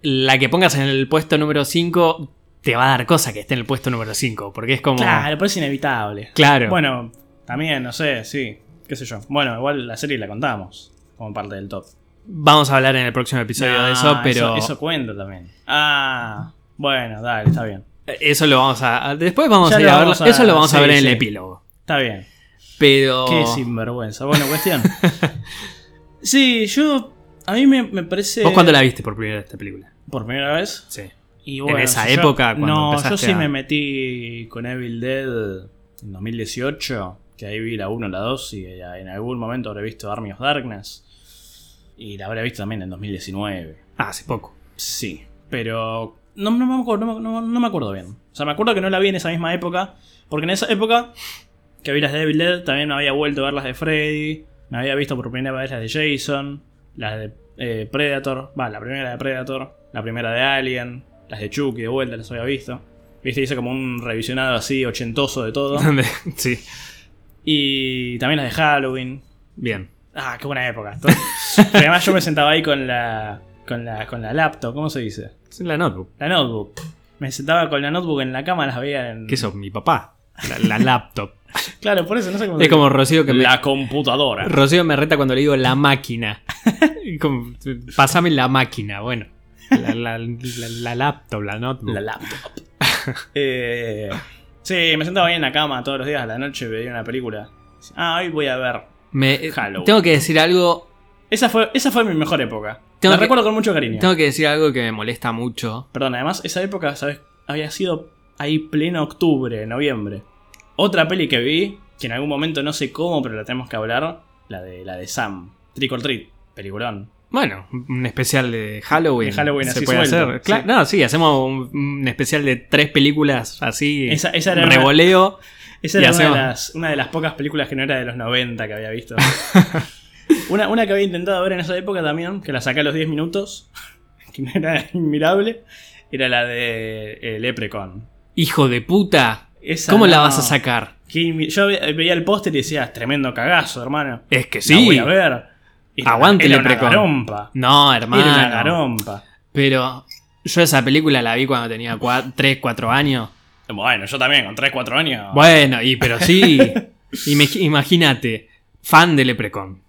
[SPEAKER 1] La que pongas en el puesto número 5 te va a dar cosa que esté en el puesto número 5, porque es como...
[SPEAKER 2] Claro, pero es inevitable.
[SPEAKER 1] Claro.
[SPEAKER 2] Bueno, también, no sé, sí, qué sé yo. Bueno, igual la serie la contamos como parte del top.
[SPEAKER 1] Vamos a hablar en el próximo episodio
[SPEAKER 2] No,
[SPEAKER 1] de eso, pero
[SPEAKER 2] Eso, eso cuenta también. Ah, bueno, dale, está bien.
[SPEAKER 1] eso lo vamos a... Después vamos
[SPEAKER 2] Ya
[SPEAKER 1] a ir
[SPEAKER 2] lo
[SPEAKER 1] a verlo.
[SPEAKER 2] vamos a-
[SPEAKER 1] Eso lo vamos a
[SPEAKER 2] sí,
[SPEAKER 1] ver en
[SPEAKER 2] sí.
[SPEAKER 1] el epílogo.
[SPEAKER 2] Está bien.
[SPEAKER 1] Pero...
[SPEAKER 2] Qué sinvergüenza. Bueno, cuestión. sí, yo. A mí me, me parece.
[SPEAKER 1] ¿Vos cuándo la viste por primera vez esta película?
[SPEAKER 2] Por primera vez.
[SPEAKER 1] Sí.
[SPEAKER 2] Y bueno,
[SPEAKER 1] En esa
[SPEAKER 2] si yo-
[SPEAKER 1] época, cuando
[SPEAKER 2] No, yo
[SPEAKER 1] empezaste
[SPEAKER 2] sí
[SPEAKER 1] a-
[SPEAKER 2] me metí con Evil Dead en 2018. Que ahí vi la 1, la 2. Y en algún momento habré visto Army of Darkness. Y la habré visto también en 2019.
[SPEAKER 1] Ah, hace poco.
[SPEAKER 2] Sí, pero no, no me acuerdo, no, me- no- no me acuerdo bien. O sea, me acuerdo que no la vi en esa misma época, porque en esa época que vi las de Evil Dead, también me había vuelto a ver las de Freddy, me había visto por primera vez las de Jason, las de eh, Predator, va, la primera de Predator, la primera de Alien, las de Chucky de vuelta las había visto. Viste, hice como un revisionado así ochentoso de todo.
[SPEAKER 1] sí.
[SPEAKER 2] Y también las de Halloween,
[SPEAKER 1] Bien.
[SPEAKER 2] Ah, qué buena época. Todo- Pero además yo me sentaba ahí con la, con la con la laptop, ¿cómo se dice?
[SPEAKER 1] La notebook.
[SPEAKER 2] La notebook. Me sentaba con la notebook en la cama, las veía en...
[SPEAKER 1] Que eso, mi papá. La, la laptop.
[SPEAKER 2] Claro, por eso no sé cómo...
[SPEAKER 1] es como Rocío que me...
[SPEAKER 2] La computadora.
[SPEAKER 1] Rocío me reta cuando le digo la máquina. Como, Pásame la máquina, bueno. La, la- la- la laptop, la notebook.
[SPEAKER 2] La laptop. Eh, sí, me sentaba ahí en la cama todos los días a la noche, veía una película. Ah, hoy voy a ver.
[SPEAKER 1] Me-
[SPEAKER 2] Halloween.
[SPEAKER 1] tengo que decir algo.
[SPEAKER 2] Esa fue, esa fue mi mejor época.
[SPEAKER 1] Tengo
[SPEAKER 2] la
[SPEAKER 1] que-
[SPEAKER 2] recuerdo con mucho cariño.
[SPEAKER 1] Tengo que decir algo que me molesta mucho.
[SPEAKER 2] Perdón, además esa época, ¿sabes? Había sido ahí pleno octubre, noviembre. Otra peli que vi, que en algún momento no sé cómo, pero la tenemos que hablar, La de, la de Sam. Trick or Treat, peliculón.
[SPEAKER 1] Bueno, un especial de Halloween.
[SPEAKER 2] De Halloween
[SPEAKER 1] se
[SPEAKER 2] así
[SPEAKER 1] puede
[SPEAKER 2] suelto,
[SPEAKER 1] hacer. Cla-
[SPEAKER 2] sí.
[SPEAKER 1] No, sí, hacemos un, un especial de tres películas así.
[SPEAKER 2] Esa- esa era una-
[SPEAKER 1] revoleo.
[SPEAKER 2] Esa
[SPEAKER 1] Y
[SPEAKER 2] era una de,
[SPEAKER 1] hacemos-
[SPEAKER 2] las, una de las pocas películas que no era de los 90 que había visto. una, una que había intentado ver en esa época también, que la saqué a los 10 minutos, que no era inmirable, era la de eh, Leprechaun.
[SPEAKER 1] Hijo de puta.
[SPEAKER 2] Esa
[SPEAKER 1] ¿Cómo la
[SPEAKER 2] no-
[SPEAKER 1] vas a sacar?
[SPEAKER 2] que inmi- Yo ve- veía el póster y decía, tremendo cagazo, hermano.
[SPEAKER 1] Es que
[SPEAKER 2] La
[SPEAKER 1] sí.
[SPEAKER 2] voy a ver. Y era-
[SPEAKER 1] Aguante
[SPEAKER 2] era
[SPEAKER 1] Leprechaun.
[SPEAKER 2] Una garompa.
[SPEAKER 1] No, hermano.
[SPEAKER 2] Era una garompa.
[SPEAKER 1] Pero yo esa película la vi cuando tenía 3, 4 años.
[SPEAKER 2] Bueno, yo también, con 3, 4 años.
[SPEAKER 1] Ah, Bueno, y pero sí. Imag- Imagínate, fan de Leprecon.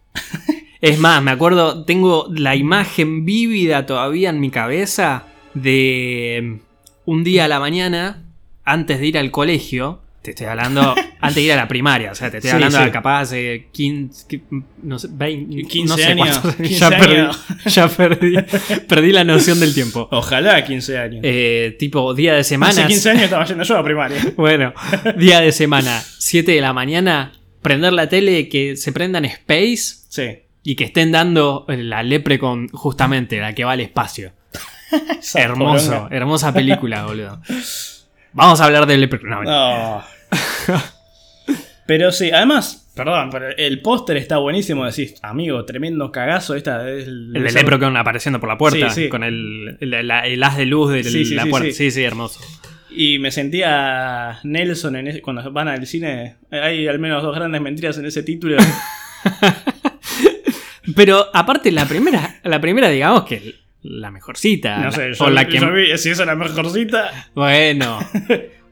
[SPEAKER 1] Es más, me acuerdo, tengo la imagen vívida todavía en mi cabeza de em, un día a la mañana, antes de ir al colegio, te estoy hablando, antes de ir a la primaria, o sea, te estoy
[SPEAKER 2] Sí,
[SPEAKER 1] hablando
[SPEAKER 2] sí.
[SPEAKER 1] de capaz de 15, no sé, 20,
[SPEAKER 2] 15
[SPEAKER 1] no sé
[SPEAKER 2] años,
[SPEAKER 1] cuántos
[SPEAKER 2] 15
[SPEAKER 1] ya perdí,
[SPEAKER 2] años.
[SPEAKER 1] ya perdí, perdí la noción del tiempo.
[SPEAKER 2] Ojalá 15 años.
[SPEAKER 1] Eh, tipo, día de semana.
[SPEAKER 2] Hace 15 años estaba yendo yo a primaria.
[SPEAKER 1] Bueno, día de semana, 7 de la mañana, prender la tele, que se prendan Space
[SPEAKER 2] Sí.
[SPEAKER 1] y que estén dando la Leprecon, justamente, la que va al espacio. Hermoso,
[SPEAKER 2] poronga.
[SPEAKER 1] hermosa película, boludo. Vamos a hablar de Leprecon. no, mentira.
[SPEAKER 2] No. Pero sí, además, perdón, pero el póster está buenísimo. Decís, amigo, tremendo cagazo. Esta es
[SPEAKER 1] el de Leprecon apareciendo por la puerta,
[SPEAKER 2] Sí, sí.
[SPEAKER 1] con el, el- la- el haz de luz de
[SPEAKER 2] Sí, sí,
[SPEAKER 1] la
[SPEAKER 2] sí,
[SPEAKER 1] puerta.
[SPEAKER 2] sí.
[SPEAKER 1] Sí, sí, hermoso.
[SPEAKER 2] Y me sentía Nelson en ese- cuando van al cine. Hay al menos dos grandes mentiras en ese título.
[SPEAKER 1] Pero aparte, la primera, la primera digamos que la mejorcita.
[SPEAKER 2] No
[SPEAKER 1] la-
[SPEAKER 2] sé,
[SPEAKER 1] o
[SPEAKER 2] yo,
[SPEAKER 1] la que,
[SPEAKER 2] yo vi si esa era la mejor cita.
[SPEAKER 1] Bueno,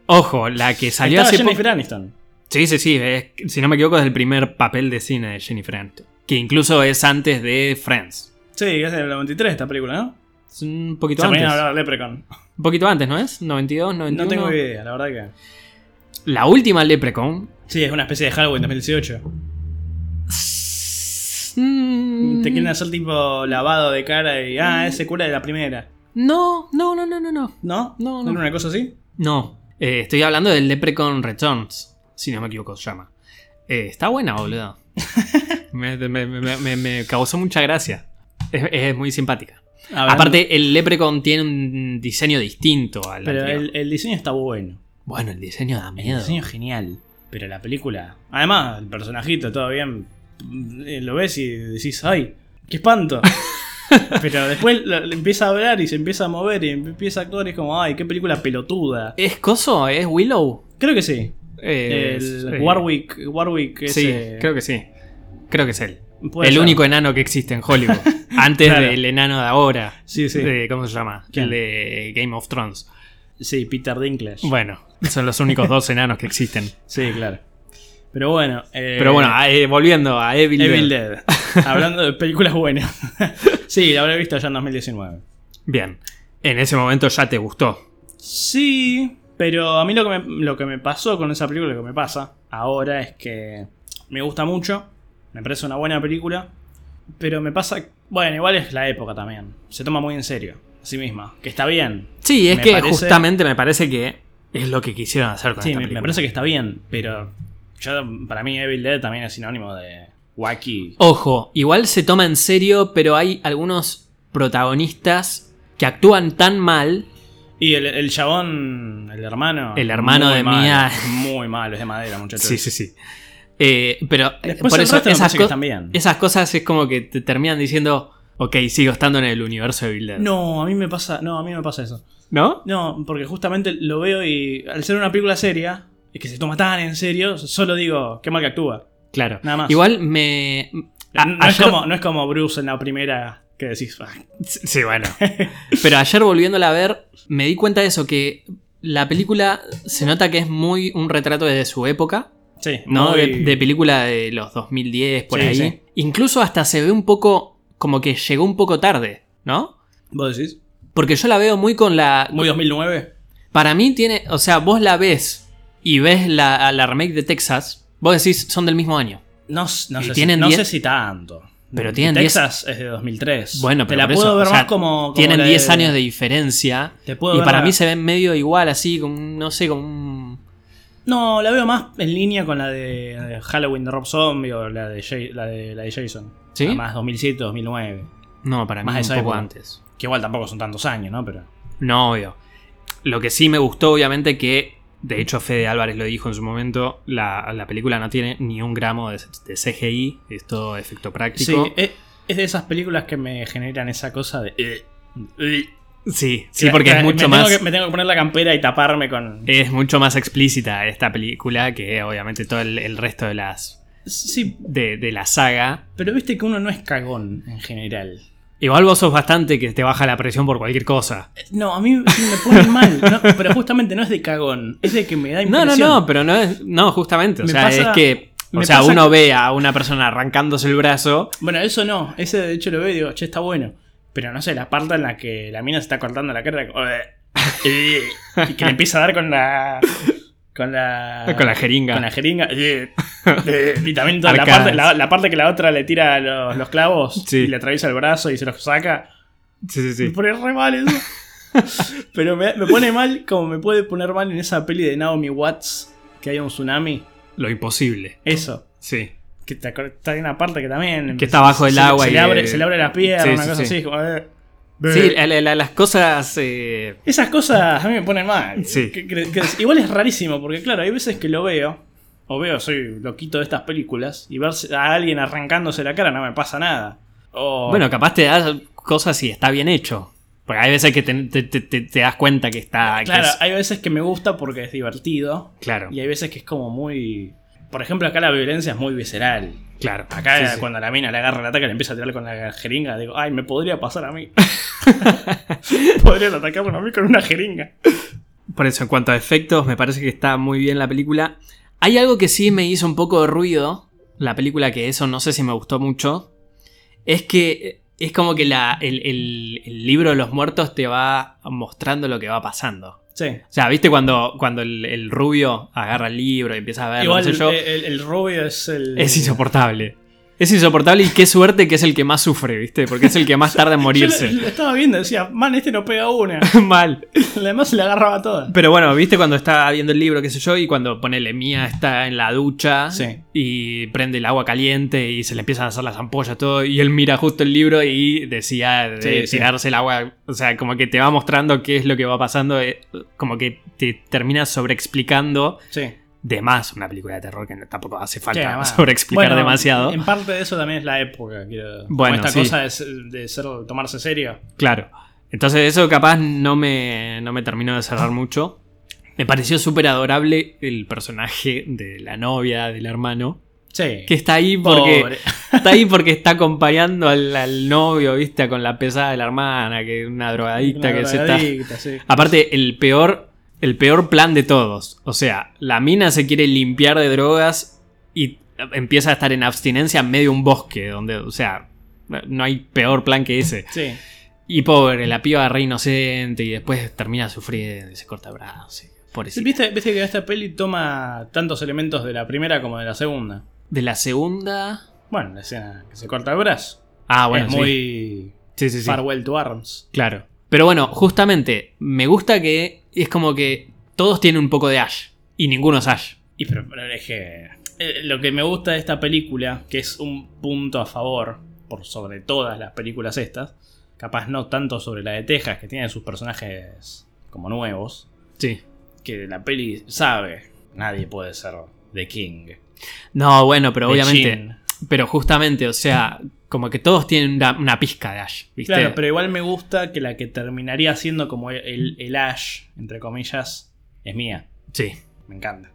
[SPEAKER 1] ojo, la que salió
[SPEAKER 2] Estaba
[SPEAKER 1] hace poco.
[SPEAKER 2] Jennifer Aniston.
[SPEAKER 1] Sí, sí, sí. es- si no me equivoco, es el primer papel de cine de Jennifer Aniston. Que incluso es antes de Friends.
[SPEAKER 2] Sí, es del 93 esta película, ¿no?
[SPEAKER 1] Es un
[SPEAKER 2] Se
[SPEAKER 1] poquito
[SPEAKER 2] ponían a
[SPEAKER 1] antes.
[SPEAKER 2] hablar de Leprechaun.
[SPEAKER 1] Un poquito antes, ¿no es? 92,
[SPEAKER 2] No
[SPEAKER 1] 91.
[SPEAKER 2] tengo idea, la verdad que.
[SPEAKER 1] La última Leprechaun.
[SPEAKER 2] Sí, es una especie de Halloween 2018.
[SPEAKER 1] Mm,
[SPEAKER 2] Te quieren hacer tipo lavado de cara y. Ah, ese cura de la primera.
[SPEAKER 1] No, no, no, no, no, no.
[SPEAKER 2] ¿No?
[SPEAKER 1] No,
[SPEAKER 2] ¿No
[SPEAKER 1] no.
[SPEAKER 2] era una cosa así?
[SPEAKER 1] No. Eh, estoy hablando del Leprechaun Returns. Si no me equivoco, se llama. Eh, está buena, boludo. me, me- me- me- me causó mucha gracia. Es- es muy simpática.
[SPEAKER 2] Hablando-
[SPEAKER 1] Aparte, el Leprechaun tiene un diseño distinto al
[SPEAKER 2] Pero
[SPEAKER 1] anterior.
[SPEAKER 2] el, el diseño está bueno.
[SPEAKER 1] Bueno, el diseño da
[SPEAKER 2] El
[SPEAKER 1] miedo.
[SPEAKER 2] diseño es genial. Pero la película. Además, el personajito todo bien. eh, Lo ves y decís, ¡ay! ¡Qué espanto! Pero después lo- le empieza a hablar y se empieza a mover y empieza a actuar y es como, ¡ay! ¡Qué película pelotuda!
[SPEAKER 1] ¿Es coso? ¿Es Willow?
[SPEAKER 2] Creo que sí.
[SPEAKER 1] Eh, es-
[SPEAKER 2] el
[SPEAKER 1] eh,
[SPEAKER 2] Warwick. Warwick
[SPEAKER 1] Sí,
[SPEAKER 2] ese-
[SPEAKER 1] creo que sí. Creo que es él.
[SPEAKER 2] puede
[SPEAKER 1] el
[SPEAKER 2] ser.
[SPEAKER 1] único enano que existe en Hollywood. Antes
[SPEAKER 2] Claro.
[SPEAKER 1] del enano de ahora.
[SPEAKER 2] Sí, sí.
[SPEAKER 1] De- ¿Cómo se llama?
[SPEAKER 2] ¿Quién?
[SPEAKER 1] El de Game of Thrones.
[SPEAKER 2] Sí, Peter Dinklage.
[SPEAKER 1] Bueno, son los únicos dos enanos que existen.
[SPEAKER 2] Sí, claro. Pero bueno. eh,
[SPEAKER 1] Pero bueno, a- eh, volviendo a Evil,
[SPEAKER 2] Evil
[SPEAKER 1] Dead.
[SPEAKER 2] Dead. Hablando de películas buenas. sí, la habré visto ya en 2019.
[SPEAKER 1] Bien. En ese momento ya te gustó.
[SPEAKER 2] Sí, pero a mí lo que, me, lo que me pasó con esa película, lo que me pasa ahora es que me gusta mucho, me parece una buena película, pero me pasa, bueno, igual es la época también, se toma muy en serio a sí misma, que está bien.
[SPEAKER 1] Sí, es
[SPEAKER 2] Me
[SPEAKER 1] que
[SPEAKER 2] parece-
[SPEAKER 1] justamente me parece que es lo que quisieron hacer con
[SPEAKER 2] Sí,
[SPEAKER 1] esta
[SPEAKER 2] me, me
[SPEAKER 1] película.
[SPEAKER 2] parece que está bien, pero yo, para mí Evil Dead también es sinónimo de wacky.
[SPEAKER 1] Ojo, igual se toma en serio, pero hay algunos protagonistas que actúan tan mal.
[SPEAKER 2] Y el, el chabón, el hermano.
[SPEAKER 1] El hermano
[SPEAKER 2] muy
[SPEAKER 1] de
[SPEAKER 2] malo,
[SPEAKER 1] Mia.
[SPEAKER 2] Muy malo, es de madera, muchachos.
[SPEAKER 1] sí. Eh, pero eh,
[SPEAKER 2] Después
[SPEAKER 1] por
[SPEAKER 2] el
[SPEAKER 1] eso
[SPEAKER 2] resto me
[SPEAKER 1] esas,
[SPEAKER 2] parece que
[SPEAKER 1] co-
[SPEAKER 2] están bien.
[SPEAKER 1] esas cosas es como que te terminan diciendo, ok, sigo estando en el universo de Bilder.
[SPEAKER 2] No, a mí me pasa, no, a mí me pasa eso.
[SPEAKER 1] ¿No?
[SPEAKER 2] No, porque justamente lo veo y al ser una película seria, y que se toma tan en serio, solo digo, qué mal que actúa.
[SPEAKER 1] Claro.
[SPEAKER 2] Nada más. Eh,
[SPEAKER 1] Igual me... a-
[SPEAKER 2] no, es
[SPEAKER 1] ayer-
[SPEAKER 2] como, no es como Bruce en la primera que decís, "Ah,
[SPEAKER 1] Sí, bueno. Pero ayer volviéndola a ver, me di cuenta de eso, que la película se nota que es muy un retrato de su época.
[SPEAKER 2] sí,
[SPEAKER 1] ¿no?
[SPEAKER 2] muy-
[SPEAKER 1] De, de película de los 2010, por
[SPEAKER 2] Sí,
[SPEAKER 1] ahí.
[SPEAKER 2] sí.
[SPEAKER 1] Incluso hasta se ve un poco como que llegó un poco tarde, ¿no?
[SPEAKER 2] ¿Vos decís?
[SPEAKER 1] Porque yo la veo muy con la...
[SPEAKER 2] Muy 2009.
[SPEAKER 1] Para mí tiene... O sea, vos la ves y ves la, a la remake de Texas, vos decís, son del mismo año.
[SPEAKER 2] No, s- no
[SPEAKER 1] Y
[SPEAKER 2] sé, si,
[SPEAKER 1] tienen
[SPEAKER 2] no
[SPEAKER 1] 10
[SPEAKER 2] sé si tanto.
[SPEAKER 1] Pero tienen
[SPEAKER 2] Texas es de 2003.
[SPEAKER 1] Bueno,
[SPEAKER 2] Te
[SPEAKER 1] pero
[SPEAKER 2] la
[SPEAKER 1] por
[SPEAKER 2] puedo
[SPEAKER 1] eso,
[SPEAKER 2] ver
[SPEAKER 1] o sea,
[SPEAKER 2] más como, como
[SPEAKER 1] Tienen
[SPEAKER 2] la
[SPEAKER 1] 10 años de diferencia.
[SPEAKER 2] Te puedo
[SPEAKER 1] Y
[SPEAKER 2] ver
[SPEAKER 1] para
[SPEAKER 2] la-
[SPEAKER 1] mí se ven medio igual, así, como, un- no sé, como un...
[SPEAKER 2] No, la veo más en línea con la de Halloween de Rob Zombie o la de, Ja- la de, la de Jason.
[SPEAKER 1] ¿Sí?
[SPEAKER 2] La más 2007, 2009.
[SPEAKER 1] No, para mí
[SPEAKER 2] Más de
[SPEAKER 1] un
[SPEAKER 2] esa
[SPEAKER 1] poco
[SPEAKER 2] época.
[SPEAKER 1] antes.
[SPEAKER 2] Que igual tampoco son tantos años, ¿no? Pero.
[SPEAKER 1] No, obvio. Lo que sí me gustó, obviamente, que de hecho Fede Álvarez lo dijo en su momento, la, la película no tiene ni un gramo de, de CGI, es todo efecto
[SPEAKER 2] Sí, eh,
[SPEAKER 1] práctico.
[SPEAKER 2] es, es de esas películas que me generan esa cosa de. eh, eh.
[SPEAKER 1] Sí, sí,
[SPEAKER 2] Que-
[SPEAKER 1] porque
[SPEAKER 2] que
[SPEAKER 1] es mucho
[SPEAKER 2] me tengo
[SPEAKER 1] más...
[SPEAKER 2] que- me tengo que poner la campera y taparme con.
[SPEAKER 1] Es mucho más explícita esta película que obviamente todo el, el resto de las
[SPEAKER 2] Sí,
[SPEAKER 1] de, de la saga.
[SPEAKER 2] pero viste que uno no es cagón en general.
[SPEAKER 1] Igual vos sos bastante que te baja la presión por cualquier cosa.
[SPEAKER 2] No, a mí me ponen mal. no, pero justamente no es de cagón. Es de que me da
[SPEAKER 1] No,
[SPEAKER 2] impresión.
[SPEAKER 1] no, no, pero no es. No, justamente. O
[SPEAKER 2] Me
[SPEAKER 1] sea,
[SPEAKER 2] pasa-
[SPEAKER 1] es que. O
[SPEAKER 2] me
[SPEAKER 1] sea,
[SPEAKER 2] pasa
[SPEAKER 1] uno ve a una persona arrancándose el brazo.
[SPEAKER 2] Bueno, eso no. Ese de hecho lo veo y digo, che, está bueno. Pero no sé, la parte en la que la mina se está cortando la cara. como, "Eh, eh", y que le empieza a dar con la. Con la.
[SPEAKER 1] Con la jeringa.
[SPEAKER 2] Con la jeringa. "Eh, eh", y también toda la
[SPEAKER 1] Arcadas.
[SPEAKER 2] parte, la, la parte que la otra le tira los, los clavos
[SPEAKER 1] Sí.
[SPEAKER 2] y le atraviesa el brazo y se los saca.
[SPEAKER 1] Sí, sí,
[SPEAKER 2] Me pone re mal eso. Pero me, me pone mal como me puede poner mal en esa peli de Naomi Watts que hay un tsunami.
[SPEAKER 1] Lo imposible.
[SPEAKER 2] Eso.
[SPEAKER 1] Sí.
[SPEAKER 2] Que te acor- está en una parte que también.
[SPEAKER 1] Que está abajo del
[SPEAKER 2] se-
[SPEAKER 1] agua
[SPEAKER 2] Se,
[SPEAKER 1] y
[SPEAKER 2] le,
[SPEAKER 1] le-
[SPEAKER 2] abre, se le abre la pierna,
[SPEAKER 1] Sí,
[SPEAKER 2] una
[SPEAKER 1] sí,
[SPEAKER 2] cosa
[SPEAKER 1] sí.
[SPEAKER 2] así. como, eh,
[SPEAKER 1] Sí,
[SPEAKER 2] eh.
[SPEAKER 1] la- la- las cosas. eh,
[SPEAKER 2] Esas cosas a mí me ponen mal.
[SPEAKER 1] Sí.
[SPEAKER 2] Que- que- que- igual es rarísimo, porque claro, hay veces que lo veo. O veo, soy loquito de estas películas. Y ver a alguien arrancándose la cara no me pasa nada. O,
[SPEAKER 1] Bueno, capaz te das cosas y está bien hecho. Porque hay veces que te, te- te- te- te das cuenta que está. que
[SPEAKER 2] claro,
[SPEAKER 1] es-
[SPEAKER 2] hay veces que me gusta porque es divertido.
[SPEAKER 1] claro.
[SPEAKER 2] Y hay veces que es como muy. Por ejemplo, acá la violencia es muy visceral.
[SPEAKER 1] Claro.
[SPEAKER 2] Acá
[SPEAKER 1] Sí, sí.
[SPEAKER 2] cuando la mina le agarra la ataca y le empieza a tirar con la jeringa, digo, ay, me podría pasar a mí. Podrían atacarme a mí con una jeringa.
[SPEAKER 1] Por eso, en cuanto a efectos, me parece que está muy bien la película. Hay algo que sí me hizo un poco de ruido, la película que eso no sé si me gustó mucho, es que es como que la- el, el- el libro de los muertos te va mostrando lo que va pasando.
[SPEAKER 2] Sí.
[SPEAKER 1] O sea, ¿viste cuando, cuando el, el rubio agarra el libro y empieza a ver,
[SPEAKER 2] Igual
[SPEAKER 1] Ah, no sé yo?
[SPEAKER 2] el, el- el rubio es el.
[SPEAKER 1] es insoportable. Es insoportable y qué suerte que es el que más sufre, ¿viste? Porque es el que más tarda en
[SPEAKER 2] Yo
[SPEAKER 1] morirse.
[SPEAKER 2] lo, lo estaba viendo, decía, man, este no pega una.
[SPEAKER 1] Mal.
[SPEAKER 2] Además se la agarraba toda.
[SPEAKER 1] Pero bueno, viste cuando está viendo el libro, qué sé yo, y cuando ponele Mía está en la ducha
[SPEAKER 2] Sí.
[SPEAKER 1] y prende el agua caliente y se le empiezan a hacer las ampollas, todo, y él mira justo el libro y decía de
[SPEAKER 2] Sí, sí.
[SPEAKER 1] tirarse el agua. O sea, como que te va mostrando qué es lo que va pasando, eh, como que te terminas sobreexplicando
[SPEAKER 2] Sí.
[SPEAKER 1] de más una película de terror que no- tampoco hace
[SPEAKER 2] Sí,
[SPEAKER 1] falta
[SPEAKER 2] además.
[SPEAKER 1] sobreexplicar
[SPEAKER 2] Bueno,
[SPEAKER 1] demasiado.
[SPEAKER 2] En parte de eso también es la época, quiero. como
[SPEAKER 1] Bueno,
[SPEAKER 2] esta
[SPEAKER 1] sí.
[SPEAKER 2] cosa de, ser- de ser, tomarse serio.
[SPEAKER 1] Claro. Entonces eso capaz no me, no me terminó de cerrar mucho. Me pareció súper adorable el personaje de la novia, del hermano,
[SPEAKER 2] Sí.
[SPEAKER 1] que está ahí porque
[SPEAKER 2] Pobre.
[SPEAKER 1] está ahí porque está acompañando al, al novio, viste, con la pesada de la hermana, que es una drogadicta
[SPEAKER 2] Una
[SPEAKER 1] que se está... Ah.
[SPEAKER 2] drogadicta, sí.
[SPEAKER 1] Aparte, el peor, el peor plan de todos. O sea, la mina se quiere limpiar de drogas y empieza a estar en abstinencia en medio de un bosque, donde, o sea, no hay peor plan que ese.
[SPEAKER 2] Sí.
[SPEAKER 1] Y pobre, la piba re inocente y después termina sufriendo y se corta el brazo. sí,
[SPEAKER 2] Sí,
[SPEAKER 1] Pobrecita.
[SPEAKER 2] ¿Viste, viste que esta peli toma tantos elementos de la primera como de la segunda.
[SPEAKER 1] De la segunda.
[SPEAKER 2] Bueno, la escena que se corta el brazo.
[SPEAKER 1] Ah, bueno,
[SPEAKER 2] es
[SPEAKER 1] sí.
[SPEAKER 2] muy
[SPEAKER 1] Sí, sí, sí.
[SPEAKER 2] Farewell to Arms.
[SPEAKER 1] Claro. Pero bueno, justamente, me gusta que es como que todos tienen un poco de Ash y ninguno es Ash.
[SPEAKER 2] Y pero, pero es que eh, lo que me gusta de esta película, que es un punto a favor por sobre todas las películas estas, capaz no tanto sobre la de Texas, que tiene sus personajes como nuevos,
[SPEAKER 1] Sí.
[SPEAKER 2] que la peli sabe, nadie puede ser The King. The
[SPEAKER 1] No, bueno, pero obviamente.
[SPEAKER 2] Chin.
[SPEAKER 1] Pero justamente, o sea, como que todos tienen una, una pizca de Ash, ¿viste?
[SPEAKER 2] Claro, pero igual me gusta que la que terminaría siendo como el, el Ash, entre comillas, es mía.
[SPEAKER 1] Sí.
[SPEAKER 2] Me encanta.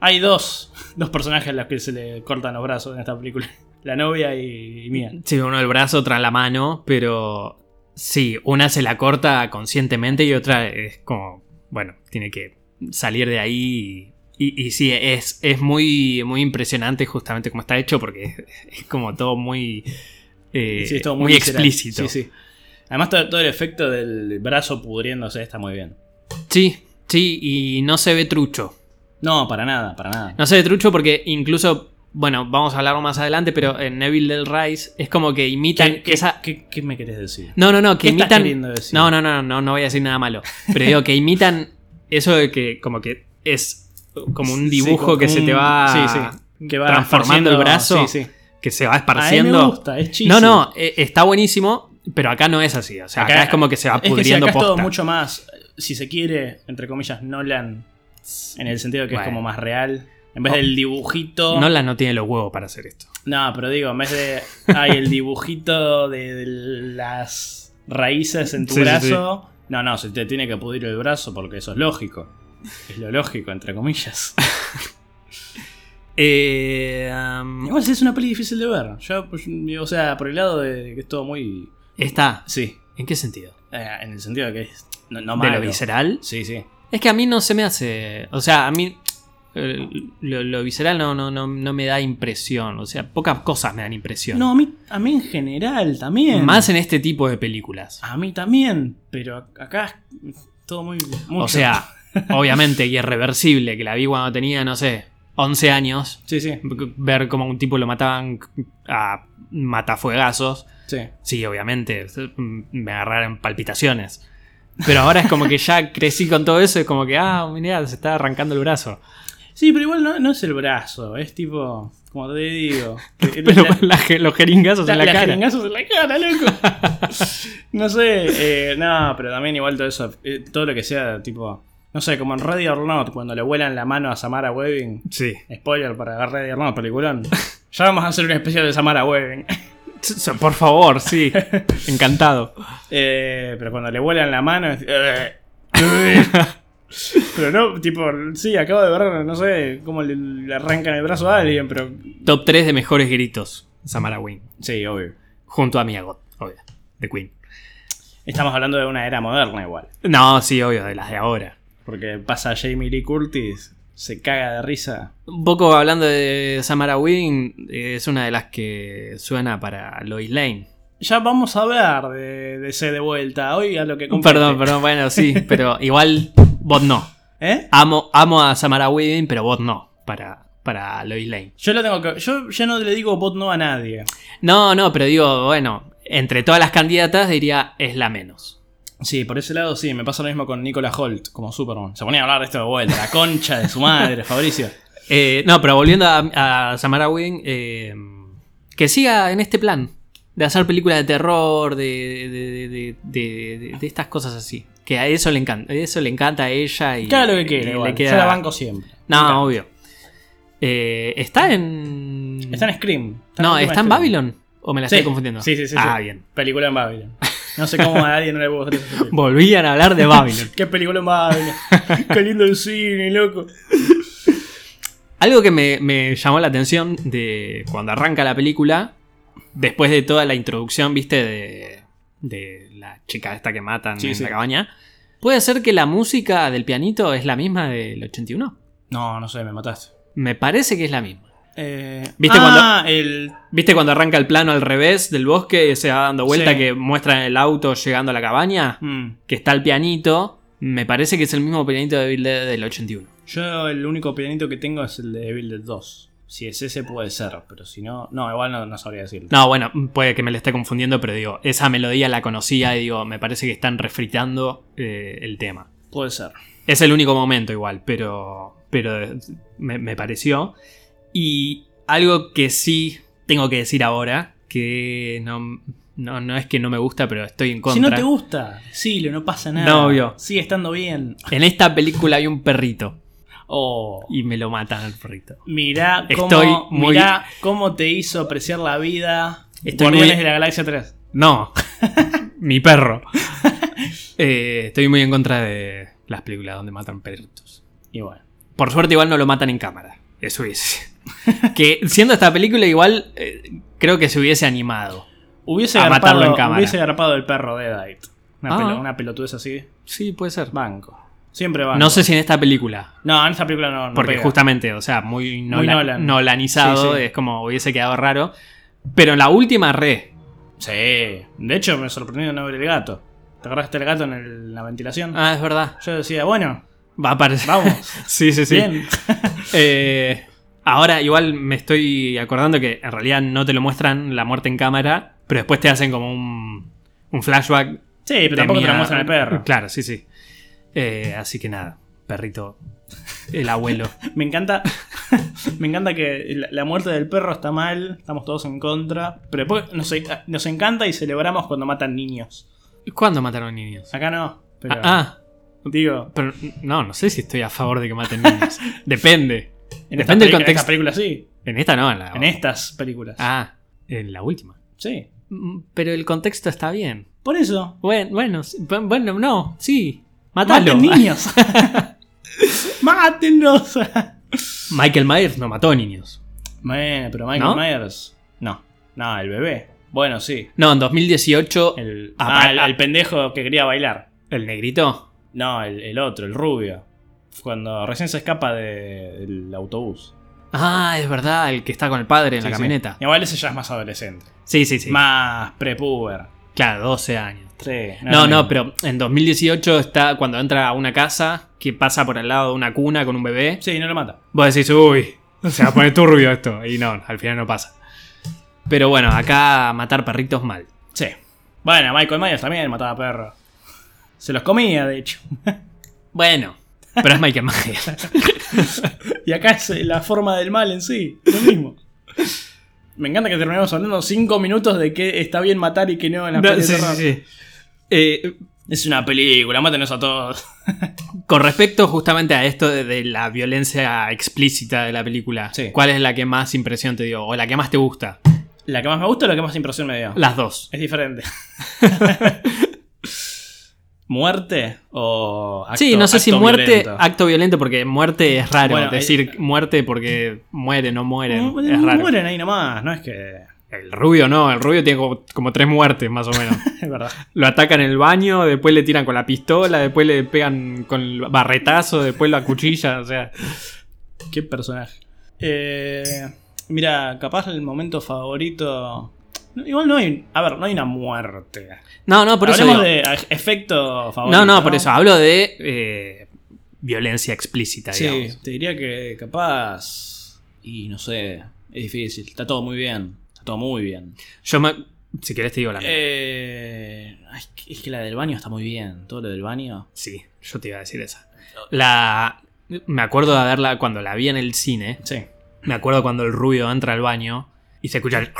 [SPEAKER 2] Hay dos, dos personajes a los que se le cortan los brazos en esta película. La novia y, y mía.
[SPEAKER 1] Sí, uno el brazo, otra en la mano, pero sí, una se la corta conscientemente y otra es como, bueno, tiene que salir de ahí. Y, y- y sí, es, es muy, muy impresionante justamente como está hecho porque es, es como todo muy, eh,
[SPEAKER 2] Sí, es todo
[SPEAKER 1] muy,
[SPEAKER 2] visceral.
[SPEAKER 1] explícito.
[SPEAKER 2] Sí, sí. Además, todo, todo el efecto del brazo pudriéndose está muy bien.
[SPEAKER 1] sí, sí, y no se ve trucho.
[SPEAKER 2] No, para nada, para nada.
[SPEAKER 1] No sé de trucho porque incluso, bueno, vamos a hablarlo más adelante, pero en Neville del Rise es como que imitan
[SPEAKER 2] ¿Qué, qué-
[SPEAKER 1] esa...
[SPEAKER 2] qué- qué me querés decir?
[SPEAKER 1] No, no, no, que
[SPEAKER 2] ¿Qué estás
[SPEAKER 1] imitan...
[SPEAKER 2] queriendo decir?
[SPEAKER 1] No, no, no, no, no voy a decir nada malo. Pero digo que imitan eso de que como que es como un
[SPEAKER 2] Sí,
[SPEAKER 1] dibujo
[SPEAKER 2] como
[SPEAKER 1] que se
[SPEAKER 2] un-
[SPEAKER 1] te va,
[SPEAKER 2] sí, sí, que va
[SPEAKER 1] transformando el brazo,
[SPEAKER 2] esparciendo- Sí, sí.
[SPEAKER 1] que se va
[SPEAKER 2] A mí
[SPEAKER 1] esparciendo.
[SPEAKER 2] me gusta, es chiste.
[SPEAKER 1] No, no, eh, está buenísimo, pero acá no es así. O sea, acá,
[SPEAKER 2] Acá-
[SPEAKER 1] es como que se va
[SPEAKER 2] Es que sí,
[SPEAKER 1] pudriendo
[SPEAKER 2] acá es todo
[SPEAKER 1] posta.
[SPEAKER 2] mucho más, si se quiere, entre comillas, Nolan, en el sentido que
[SPEAKER 1] Bueno.
[SPEAKER 2] es como más real. En vez
[SPEAKER 1] No.
[SPEAKER 2] del dibujito.
[SPEAKER 1] Nolan no tiene los huevos para hacer esto.
[SPEAKER 2] No, pero digo, en vez de. Ay, el dibujito de las raíces en tu
[SPEAKER 1] Sí, sí,
[SPEAKER 2] brazo. No, no, se te tiene que pudrir el brazo porque eso es lógico. Es lo lógico, entre comillas.
[SPEAKER 1] Eh, um,
[SPEAKER 2] Igual sí es una peli difícil de ver. Yo, pues, o sea, por el lado de que es todo muy.
[SPEAKER 1] está.
[SPEAKER 2] Sí,
[SPEAKER 1] ¿En qué sentido?
[SPEAKER 2] eh, en el sentido de que es. No, no
[SPEAKER 1] ¿De
[SPEAKER 2] malo.
[SPEAKER 1] lo visceral?
[SPEAKER 2] Sí, sí.
[SPEAKER 1] Es que a mí no se me hace. O sea, a mí. eh, Lo, lo visceral no, no, no, no me da impresión. O sea, pocas cosas me dan impresión.
[SPEAKER 2] No, a mí, a mí en general también.
[SPEAKER 1] Más en este tipo de películas.
[SPEAKER 2] A mí también, pero acá es todo muy. mucho.
[SPEAKER 1] O sea, obviamente, y irreversible, que la vi cuando tenía, no sé, 11 años.
[SPEAKER 2] Sí, sí.
[SPEAKER 1] Ver cómo un tipo lo mataban a matafuegazos.
[SPEAKER 2] Sí.
[SPEAKER 1] Sí, obviamente, me agarraron palpitaciones. Pero ahora es como que ya crecí con todo eso, es como que, ah, mira, se está arrancando el brazo.
[SPEAKER 2] Sí, pero igual no, no es el brazo, es tipo, como te digo. que-
[SPEAKER 1] Pero
[SPEAKER 2] la-
[SPEAKER 1] la- los jeringazos
[SPEAKER 2] la-
[SPEAKER 1] en la,
[SPEAKER 2] la
[SPEAKER 1] cara.
[SPEAKER 2] jeringazos en la cara, loco. no sé, eh, no, pero también igual todo eso, eh, todo lo que sea, tipo, no sé, como en Ready or Not, cuando le vuelan la mano a Samara Webbing.
[SPEAKER 1] Sí.
[SPEAKER 2] Spoiler para Ready or Not, peliculón. Ya vamos a hacer un especial de Samara Webbing.
[SPEAKER 1] S- Por favor, sí. Encantado.
[SPEAKER 2] Eh, pero cuando le vuelan la mano. es- eh, pero no, tipo, sí, acabo de ver, no sé cómo le, le arrancan el brazo a alguien, pero.
[SPEAKER 1] Top 3 de mejores gritos. Samara Wing.
[SPEAKER 2] Sí, obvio.
[SPEAKER 1] Junto a Mia Goth, obvio. De Queen.
[SPEAKER 2] Estamos hablando de una era moderna igual.
[SPEAKER 1] No, sí, obvio, de las de ahora.
[SPEAKER 2] Porque pasa Jamie Lee Curtis, se caga de risa.
[SPEAKER 1] Un poco hablando de Samara Wing, es una de las que suena para Lois Lane.
[SPEAKER 2] Ya vamos a hablar de, de ese de vuelta. Hoy a lo que compete.
[SPEAKER 1] Perdón, perdón, bueno, sí, pero igual vos no.
[SPEAKER 2] ¿Eh?
[SPEAKER 1] Amo, amo a Samara Weaving, pero vos no, para, para Lois Lane.
[SPEAKER 2] Yo lo tengo que. Yo ya no le digo bot no a nadie.
[SPEAKER 1] No, no, pero digo, bueno, entre todas las candidatas diría es la menos.
[SPEAKER 2] Sí, por ese lado sí, me pasa lo mismo con Nicola Holt, como Superman. Se ponía a hablar de esto de vuelta, la concha de su madre, Fabricio.
[SPEAKER 1] Eh, no, pero volviendo a, a Samara Weaving, eh, que siga en este plan de hacer películas de terror, de, de- de- de- de- de- de estas cosas así. Que a eso le encanta, a eso le encanta a ella y,
[SPEAKER 2] Que haga lo que
[SPEAKER 1] y
[SPEAKER 2] quiere,
[SPEAKER 1] le
[SPEAKER 2] igual.
[SPEAKER 1] queda-
[SPEAKER 2] Yo la banco siempre.
[SPEAKER 1] No,
[SPEAKER 2] Nunca.
[SPEAKER 1] obvio. Eh, está en...
[SPEAKER 2] Está en Scream.
[SPEAKER 1] no,
[SPEAKER 2] en Scream,
[SPEAKER 1] está en
[SPEAKER 2] Scream.
[SPEAKER 1] Babylon. ¿O me la
[SPEAKER 2] Sí.
[SPEAKER 1] estoy confundiendo?
[SPEAKER 2] Sí, sí, sí.
[SPEAKER 1] Ah,
[SPEAKER 2] sí.
[SPEAKER 1] bien.
[SPEAKER 2] Película en Babylon. No sé cómo a alguien no le puedo hacer esa película.
[SPEAKER 1] Volvían a hablar de Babylon.
[SPEAKER 2] Qué película en Babylon. Qué lindo el cine, loco.
[SPEAKER 1] Algo que me, me llamó la atención de cuando arranca la película, después de toda la introducción, viste, de, de la chica esta que matan
[SPEAKER 2] Sí,
[SPEAKER 1] en
[SPEAKER 2] sí.
[SPEAKER 1] la cabaña, puede ser que la música del pianito es la misma del 81.
[SPEAKER 2] No, no sé, me mataste.
[SPEAKER 1] Me parece que es la misma.
[SPEAKER 2] Eh,
[SPEAKER 1] ¿Viste
[SPEAKER 2] ah, el.
[SPEAKER 1] ¿Viste cuando arranca el plano al revés del bosque, se va dando vuelta,
[SPEAKER 2] Sí.
[SPEAKER 1] que muestra el auto llegando a la cabaña?
[SPEAKER 2] mm,
[SPEAKER 1] Que está el pianito. Me parece que es el mismo pianito de Bill Dead del 81.
[SPEAKER 2] yo el único pianito que tengo es el de Evil Dead 2. Si es ese puede ser, pero si no. No, igual no, no sabría decirlo.
[SPEAKER 1] No, bueno, puede que me la esté confundiendo, pero digo, esa melodía la conocía y digo, me parece que están refritando eh, el tema.
[SPEAKER 2] Puede ser.
[SPEAKER 1] Es el único momento igual, pero, pero eh, me, me pareció. Y algo que sí tengo que decir ahora, que no, no, no es que no me gusta, pero estoy en
[SPEAKER 2] Si no
[SPEAKER 1] contra.
[SPEAKER 2] te gusta, decilo, no pasa nada.
[SPEAKER 1] No, obvio.
[SPEAKER 2] Sigue estando bien.
[SPEAKER 1] en esta película hay un perrito
[SPEAKER 2] Oh.
[SPEAKER 1] y me lo matan al perrito.
[SPEAKER 2] Mirá cómo,
[SPEAKER 1] Estoy muy-
[SPEAKER 2] mirá cómo te hizo apreciar la vida.
[SPEAKER 1] Estoy
[SPEAKER 2] Guardianes
[SPEAKER 1] muy-
[SPEAKER 2] de la Galaxia 3.
[SPEAKER 1] No, mi perro. Eh, estoy muy en contra de las películas donde matan perritos.
[SPEAKER 2] Y bueno.
[SPEAKER 1] Por suerte igual no lo matan en cámara. Eso hubiese. que siendo esta película igual eh, creo que se hubiese animado.
[SPEAKER 2] Hubiese
[SPEAKER 1] A
[SPEAKER 2] garpado,
[SPEAKER 1] matarlo en cámara.
[SPEAKER 2] hubiese garpado el perro de Dite. Una,
[SPEAKER 1] Ah.
[SPEAKER 2] pelo- una pelotudez así.
[SPEAKER 1] Sí, puede ser.
[SPEAKER 2] Banco. Siempre banco.
[SPEAKER 1] No sé si en esta película.
[SPEAKER 2] No, en esa película no. no
[SPEAKER 1] Porque
[SPEAKER 2] pega.
[SPEAKER 1] justamente, o sea, muy, nola-
[SPEAKER 2] Nolan.
[SPEAKER 1] nolanizado,
[SPEAKER 2] Sí, sí.
[SPEAKER 1] es como hubiese quedado raro. Pero en la última re.
[SPEAKER 2] Sí. De hecho, me sorprendió no ver el gato. ¿Te agarraste el gato en el- la ventilación?
[SPEAKER 1] Ah, es verdad.
[SPEAKER 2] Yo decía, bueno,
[SPEAKER 1] Va a aparecer.
[SPEAKER 2] vamos.
[SPEAKER 1] sí, sí, sí.
[SPEAKER 2] bien.
[SPEAKER 1] Eh, ahora igual me estoy acordando que en realidad no te lo muestran la muerte en cámara, pero después te hacen como un, un flashback
[SPEAKER 2] Sí, pero
[SPEAKER 1] de
[SPEAKER 2] tampoco te
[SPEAKER 1] mía-
[SPEAKER 2] lo muestran el perro.
[SPEAKER 1] Claro, sí, sí. Eh, así que nada, perrito. el abuelo.
[SPEAKER 2] Me encanta. me encanta que la, la muerte del perro está mal, estamos todos en contra. Pero después nos, eh, nos encanta y celebramos cuando matan niños.
[SPEAKER 1] ¿Cuándo mataron niños?
[SPEAKER 2] Acá no. Pero,
[SPEAKER 1] Ah, ah,
[SPEAKER 2] digo.
[SPEAKER 1] pero no, no sé si estoy a favor de que maten niños. Depende. Depende
[SPEAKER 2] En
[SPEAKER 1] del
[SPEAKER 2] esta peli- en
[SPEAKER 1] contexto.
[SPEAKER 2] esta película sí.
[SPEAKER 1] En esta no, en la
[SPEAKER 2] En estas películas.
[SPEAKER 1] Ah, en la última.
[SPEAKER 2] Sí.
[SPEAKER 1] Mm, Pero el contexto está bien.
[SPEAKER 2] Por eso.
[SPEAKER 1] Bueno, bueno, sí, bu- bueno, no, sí. Matalo.
[SPEAKER 2] ¡Maten niños! ¡Mátenlos!
[SPEAKER 1] Michael Myers no mató niños.
[SPEAKER 2] bueno, pero Michael
[SPEAKER 1] ¿No?
[SPEAKER 2] Myers. No. No, el bebé. Bueno, sí.
[SPEAKER 1] No, en 2018 el,
[SPEAKER 2] El,
[SPEAKER 1] Ah,
[SPEAKER 2] ah,
[SPEAKER 1] pa-
[SPEAKER 2] el-
[SPEAKER 1] ah.
[SPEAKER 2] el pendejo que quería bailar.
[SPEAKER 1] negrito.
[SPEAKER 2] No, el, el otro, el rubio. Cuando recién se escapa de- del autobús.
[SPEAKER 1] Ah, es verdad, el que está con el padre en
[SPEAKER 2] Sí,
[SPEAKER 1] la
[SPEAKER 2] sí.
[SPEAKER 1] camioneta.
[SPEAKER 2] Igual ese ya es más adolescente.
[SPEAKER 1] Sí, sí, sí.
[SPEAKER 2] Más prepuber.
[SPEAKER 1] claro, 12 años.
[SPEAKER 2] Sí.
[SPEAKER 1] No, no, pero en 2018 está cuando entra a una casa que pasa por al lado de una cuna con un bebé.
[SPEAKER 2] Sí, no lo mata.
[SPEAKER 1] Vos decís, uy, se va a poner turbio esto. Y no, al final no pasa. Pero bueno, acá matar perritos mal.
[SPEAKER 2] Sí. Bueno, Michael Myers también mataba perros. Se los comía, de hecho.
[SPEAKER 1] Bueno, pero es Michael Myers.
[SPEAKER 2] Y acá es eh, la forma del mal en sí, lo mismo. Me encanta que terminamos hablando 5 minutos de que está bien matar y que no en la
[SPEAKER 1] No,
[SPEAKER 2] peli de
[SPEAKER 1] sí,
[SPEAKER 2] terror.
[SPEAKER 1] sí, sí. Eh,
[SPEAKER 2] Es una película, mátenos a todos.
[SPEAKER 1] con respecto justamente a esto de, de la violencia explícita de la película,
[SPEAKER 2] Sí.
[SPEAKER 1] ¿cuál es la que más impresión te dio? ¿O la que más te gusta?
[SPEAKER 2] ¿La que más me gusta o la que más impresión me dio?
[SPEAKER 1] Las dos.
[SPEAKER 2] Es diferente. ¿Muerte o acto-
[SPEAKER 1] sí, no sé
[SPEAKER 2] acto
[SPEAKER 1] si muerte,
[SPEAKER 2] violento?
[SPEAKER 1] acto violento, porque muerte es raro.
[SPEAKER 2] Bueno, eh,
[SPEAKER 1] decir muerte porque muere, no mueren.
[SPEAKER 2] Mu-
[SPEAKER 1] es raro.
[SPEAKER 2] Mm, Mueren ahí nomás, no es que...
[SPEAKER 1] El rubio no, el rubio tiene como- como tres muertes más o menos.
[SPEAKER 2] Es verdad.
[SPEAKER 1] Lo atacan en el baño, después le tiran con la pistola, después le pegan con el barretazo, después la cuchilla, o sea.
[SPEAKER 2] Qué personaje. Eh, mira, capaz el momento favorito... No, Igual no hay... A ver, no hay una muerte.
[SPEAKER 1] No, no, por eso.
[SPEAKER 2] Hablemos
[SPEAKER 1] digo-
[SPEAKER 2] de a- efecto favorito.
[SPEAKER 1] no, no, por eso. Ah, Hablo de eh, violencia explícita,
[SPEAKER 2] Sí,
[SPEAKER 1] digamos.
[SPEAKER 2] te diría que capaz. Y no sé, es difícil. Está todo muy bien. Está todo muy bien.
[SPEAKER 1] Yo me. Si querés te digo la mía.
[SPEAKER 2] Eh, ay, es que la del baño está muy bien. Todo lo del baño.
[SPEAKER 1] Sí, yo te iba a decir esa. La. Me acuerdo de verla cuando la vi en el cine.
[SPEAKER 2] Sí.
[SPEAKER 1] Me acuerdo cuando el rubio entra al baño y se escucha el.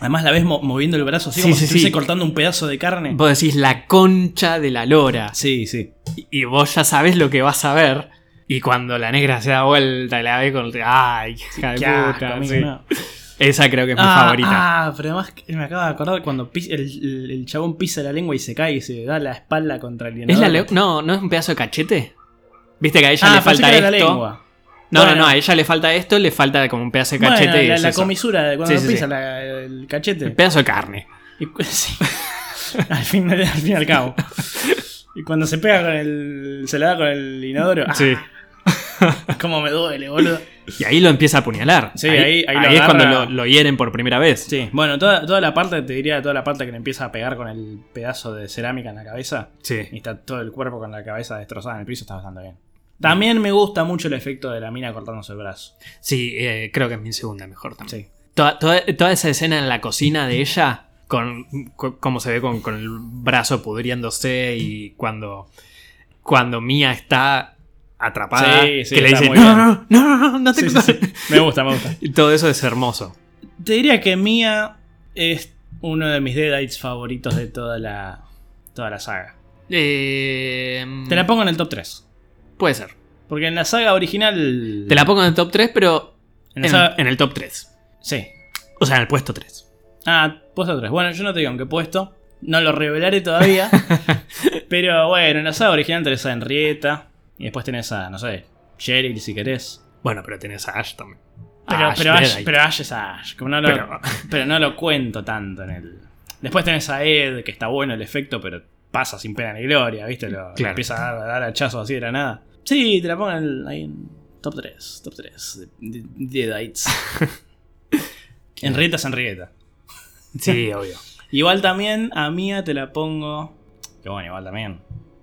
[SPEAKER 2] Además la ves mo- moviendo el brazo así
[SPEAKER 1] Sí,
[SPEAKER 2] como
[SPEAKER 1] sí,
[SPEAKER 2] si estuviese
[SPEAKER 1] sí.
[SPEAKER 2] cortando un pedazo de carne.
[SPEAKER 1] Vos decís la concha de la lora.
[SPEAKER 2] Sí, sí.
[SPEAKER 1] y vos ya sabés lo que vas a ver. Y cuando la negra se da vuelta y la ve con. ¡Ay, hija de
[SPEAKER 2] Qué asco,
[SPEAKER 1] puta!
[SPEAKER 2] amigo,
[SPEAKER 1] sí.
[SPEAKER 2] no.
[SPEAKER 1] Esa creo que es mi
[SPEAKER 2] ah,
[SPEAKER 1] favorita.
[SPEAKER 2] Ah, pero además que me acabo de acordar cuando pis- el, el- el chabón pisa la lengua y se cae y se da la espalda contra el
[SPEAKER 1] ¿Es la
[SPEAKER 2] inodoro.
[SPEAKER 1] le- No, ¿no es un pedazo de cachete? Viste que a ella
[SPEAKER 2] Ah,
[SPEAKER 1] le
[SPEAKER 2] pensé
[SPEAKER 1] falta
[SPEAKER 2] que era la
[SPEAKER 1] esto.
[SPEAKER 2] lengua.
[SPEAKER 1] No, no,
[SPEAKER 2] Bueno.
[SPEAKER 1] no, a ella le falta esto, le falta como un pedazo de cachete.
[SPEAKER 2] Bueno,
[SPEAKER 1] y
[SPEAKER 2] la,
[SPEAKER 1] es
[SPEAKER 2] la
[SPEAKER 1] eso.
[SPEAKER 2] comisura de cuando
[SPEAKER 1] Sí, sí, sí.
[SPEAKER 2] pisa la- el cachete.
[SPEAKER 1] Un pedazo de carne.
[SPEAKER 2] Y cu- sí. al, fin, al fin y al cabo. Y cuando se pega con el. Se la da con el inodoro. ¡ah!
[SPEAKER 1] Sí.
[SPEAKER 2] Cómo me duele, boludo.
[SPEAKER 1] Y ahí lo empieza a apuñalar.
[SPEAKER 2] Sí, ahí- ahí lo
[SPEAKER 1] es cuando
[SPEAKER 2] agarra.
[SPEAKER 1] lo, lo hieren por primera vez.
[SPEAKER 2] Sí, bueno, toda, toda la parte, te diría, toda la parte que le empieza a pegar con el pedazo de cerámica en la cabeza. Y
[SPEAKER 1] Sí.
[SPEAKER 2] está todo el cuerpo con la cabeza destrozada en el piso, está bastante bien. También me gusta mucho el efecto de la mina cortándose el brazo.
[SPEAKER 1] Sí, eh, creo que es mi segunda mejor también.
[SPEAKER 2] Sí.
[SPEAKER 1] Toda, toda- toda esa escena en la cocina de ella, con co- cómo se ve con, con el brazo pudriéndose y cuando, cuando Mia está atrapada,
[SPEAKER 2] Sí, sí,
[SPEAKER 1] que le
[SPEAKER 2] está
[SPEAKER 1] dice,
[SPEAKER 2] muy
[SPEAKER 1] no,
[SPEAKER 2] bien".
[SPEAKER 1] no, no, no, no, no te
[SPEAKER 2] Sí, sí, sí. Me gusta, me gusta.
[SPEAKER 1] Y Todo eso es hermoso.
[SPEAKER 2] Te diría que Mia es uno de mis Deadites favoritos de toda la. toda la saga.
[SPEAKER 1] Eh,
[SPEAKER 2] Te la pongo en el top 3.
[SPEAKER 1] puede ser.
[SPEAKER 2] Porque en la saga original.
[SPEAKER 1] Te la pongo en el top 3, pero
[SPEAKER 2] En
[SPEAKER 1] en,
[SPEAKER 2] la saga-
[SPEAKER 1] en el top 3.
[SPEAKER 2] Sí.
[SPEAKER 1] O sea, en el puesto 3.
[SPEAKER 2] Ah, puesto 3. Bueno, yo no te digo en qué puesto. No lo revelaré todavía. pero bueno, en la saga original tenés a Henrietta. Y después tenés a, no sé, Cheryl si querés.
[SPEAKER 1] Bueno, pero tenés a Ash también.
[SPEAKER 2] Pero
[SPEAKER 1] A Ash
[SPEAKER 2] pero, Ash,
[SPEAKER 1] Deadeye.
[SPEAKER 2] pero Ash es Ash. Como no lo,
[SPEAKER 1] Ah, Pero-
[SPEAKER 2] pero... no lo cuento tanto en el. Después tenés a Ed, que está bueno el efecto, pero pasa sin pena ni gloria, ¿viste? Lo, le
[SPEAKER 1] Claro.
[SPEAKER 2] Empieza a dar, a dar hachazos así de la nada. Sí, te la pongo en el- ahí en top 3. Top 3 de, de, Deadites. Henrietta es Henrietta.
[SPEAKER 1] Sí, obvio.
[SPEAKER 2] Igual también a Mía te la pongo. Que bueno, igual también.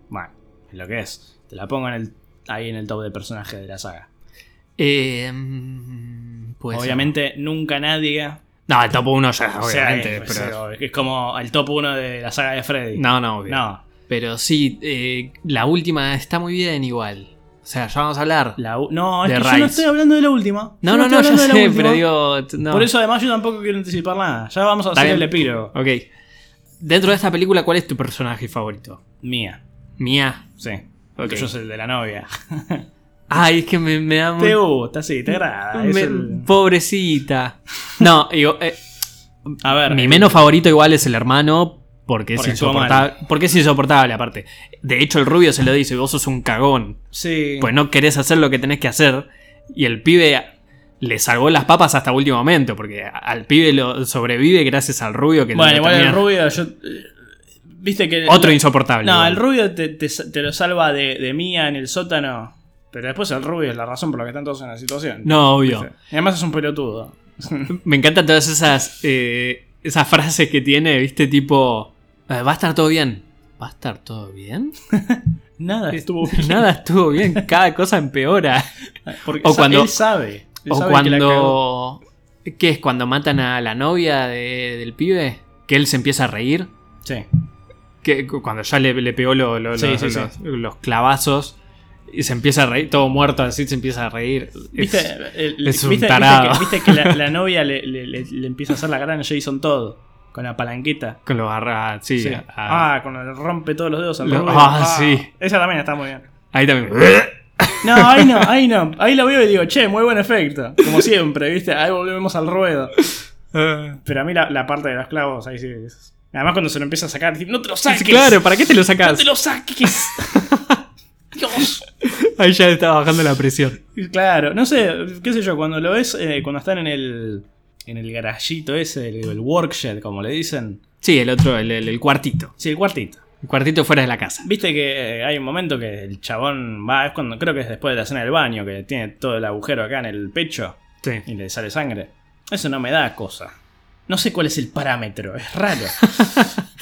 [SPEAKER 2] Bueno, es lo que es. Te la pongo en el, ahí en el top de personaje de la saga.
[SPEAKER 1] Eh, mm, puede ser.
[SPEAKER 2] obviamente, nunca nadie.
[SPEAKER 1] No, el top 1 ya,
[SPEAKER 2] o sea,
[SPEAKER 1] Ah, obviamente.
[SPEAKER 2] eh,
[SPEAKER 1] pero...
[SPEAKER 2] sí, obvio, es como el top 1 de la saga de Freddy.
[SPEAKER 1] No, no, obvio.
[SPEAKER 2] No.
[SPEAKER 1] Pero sí, eh, la última está muy bien igual. O sea, ya vamos a hablar.
[SPEAKER 2] La u- no, es
[SPEAKER 1] The
[SPEAKER 2] que yo
[SPEAKER 1] Rise.
[SPEAKER 2] no estoy hablando de la última.
[SPEAKER 1] No, no,
[SPEAKER 2] Yo
[SPEAKER 1] no,
[SPEAKER 2] estoy
[SPEAKER 1] ya
[SPEAKER 2] hablando de la
[SPEAKER 1] sé,
[SPEAKER 2] última.
[SPEAKER 1] pero digo. t- no.
[SPEAKER 2] Por eso además yo tampoco quiero anticipar nada. Ya vamos a
[SPEAKER 1] Está
[SPEAKER 2] hacer el
[SPEAKER 1] bien.
[SPEAKER 2] epílogo.
[SPEAKER 1] Ok. Dentro de esta película, ¿cuál es tu personaje favorito?
[SPEAKER 2] Mía,
[SPEAKER 1] Mía.
[SPEAKER 2] sí.
[SPEAKER 1] Ok.
[SPEAKER 2] Yo soy el de la novia.
[SPEAKER 1] Ay, es que me, me da
[SPEAKER 2] Te
[SPEAKER 1] mucho.
[SPEAKER 2] gusta, sí, te agrada. es
[SPEAKER 1] me-
[SPEAKER 2] el-
[SPEAKER 1] Pobrecita. No, digo, eh,
[SPEAKER 2] A ver,
[SPEAKER 1] mi menos favorito igual es el hermano. Porque es,
[SPEAKER 2] Porque estuvo
[SPEAKER 1] insoportable, porque es insoportable, aparte. De hecho, el rubio se lo dice: Vos sos un cagón.
[SPEAKER 2] sí.
[SPEAKER 1] Pues no querés hacer lo que tenés que hacer. Y el pibe le salvó las papas hasta último momento. Porque al pibe lo sobrevive gracias al rubio que
[SPEAKER 2] bueno,
[SPEAKER 1] lo
[SPEAKER 2] igual el
[SPEAKER 1] termina-
[SPEAKER 2] rubio, yo. eh, Viste que.
[SPEAKER 1] Otro insoportable.
[SPEAKER 2] No,
[SPEAKER 1] igual.
[SPEAKER 2] el rubio te, te sa- te lo salva de, de Mía en el sótano. Pero después el rubio es la razón por la que están todos en la situación.
[SPEAKER 1] No, obvio.
[SPEAKER 2] ¿Viste? Y además es un pelotudo.
[SPEAKER 1] Me encantan todas esas, eh, esas frases que tiene, viste, tipo. eh, Va a estar todo bien. ¿Va a estar todo bien?
[SPEAKER 2] Nada estuvo bien.
[SPEAKER 1] Nada estuvo bien, cada cosa empeora.
[SPEAKER 2] Porque
[SPEAKER 1] O
[SPEAKER 2] sa-
[SPEAKER 1] cuando-
[SPEAKER 2] él sabe. Él
[SPEAKER 1] O
[SPEAKER 2] sabe que la cagó.
[SPEAKER 1] cuando. ¿Qué es? Cuando matan a la novia de- del pibe. Que él se empieza a reír.
[SPEAKER 2] Sí.
[SPEAKER 1] Que cu- cuando ya le, le pegó lo- lo-
[SPEAKER 2] Sí,
[SPEAKER 1] los,
[SPEAKER 2] sí, sí.
[SPEAKER 1] los- los clavazos. Y se empieza a reír, todo muerto así, se empieza a reír.
[SPEAKER 2] Viste,
[SPEAKER 1] Es-
[SPEAKER 2] el-
[SPEAKER 1] es un
[SPEAKER 2] viste- viste
[SPEAKER 1] tarado.
[SPEAKER 2] que, viste que la, la novia le, le- le- le empieza a hacer la gran Jason Todd con la palanquita.
[SPEAKER 1] con los garra- sí,
[SPEAKER 2] Sí.
[SPEAKER 1] a-
[SPEAKER 2] Ah, con el rompe todos los dedos al
[SPEAKER 1] Lo-
[SPEAKER 2] rubio.
[SPEAKER 1] ah, sí.
[SPEAKER 2] Esa también está muy bien.
[SPEAKER 1] ahí también.
[SPEAKER 2] No, ahí no, ahí no. Ahí lo veo y digo, che, muy buen efecto. Como siempre, ¿viste? Ahí volvemos al ruedo.
[SPEAKER 1] Ah.
[SPEAKER 2] Pero a mí la, la parte de los clavos, ahí sí. es- Además, cuando se lo empieza a sacar, decir, no te lo saques.
[SPEAKER 1] claro, ¿para qué te lo sacas?
[SPEAKER 2] no te lo saques. Dios.
[SPEAKER 1] Ahí ya está bajando la presión.
[SPEAKER 2] Claro, no sé, qué sé yo, cuando lo ves, eh, cuando están en el, en el garallito ese, el, el workshed, como le dicen.
[SPEAKER 1] Sí, el otro, el, el- el cuartito.
[SPEAKER 2] Sí, el cuartito.
[SPEAKER 1] El cuartito fuera de la casa.
[SPEAKER 2] Viste que eh, hay un momento que el chabón va, es cuando creo que es después de la cena del baño, que tiene todo el agujero acá en el pecho
[SPEAKER 1] Sí.
[SPEAKER 2] y le sale sangre. Eso no me da cosa. No sé cuál es el parámetro, es raro.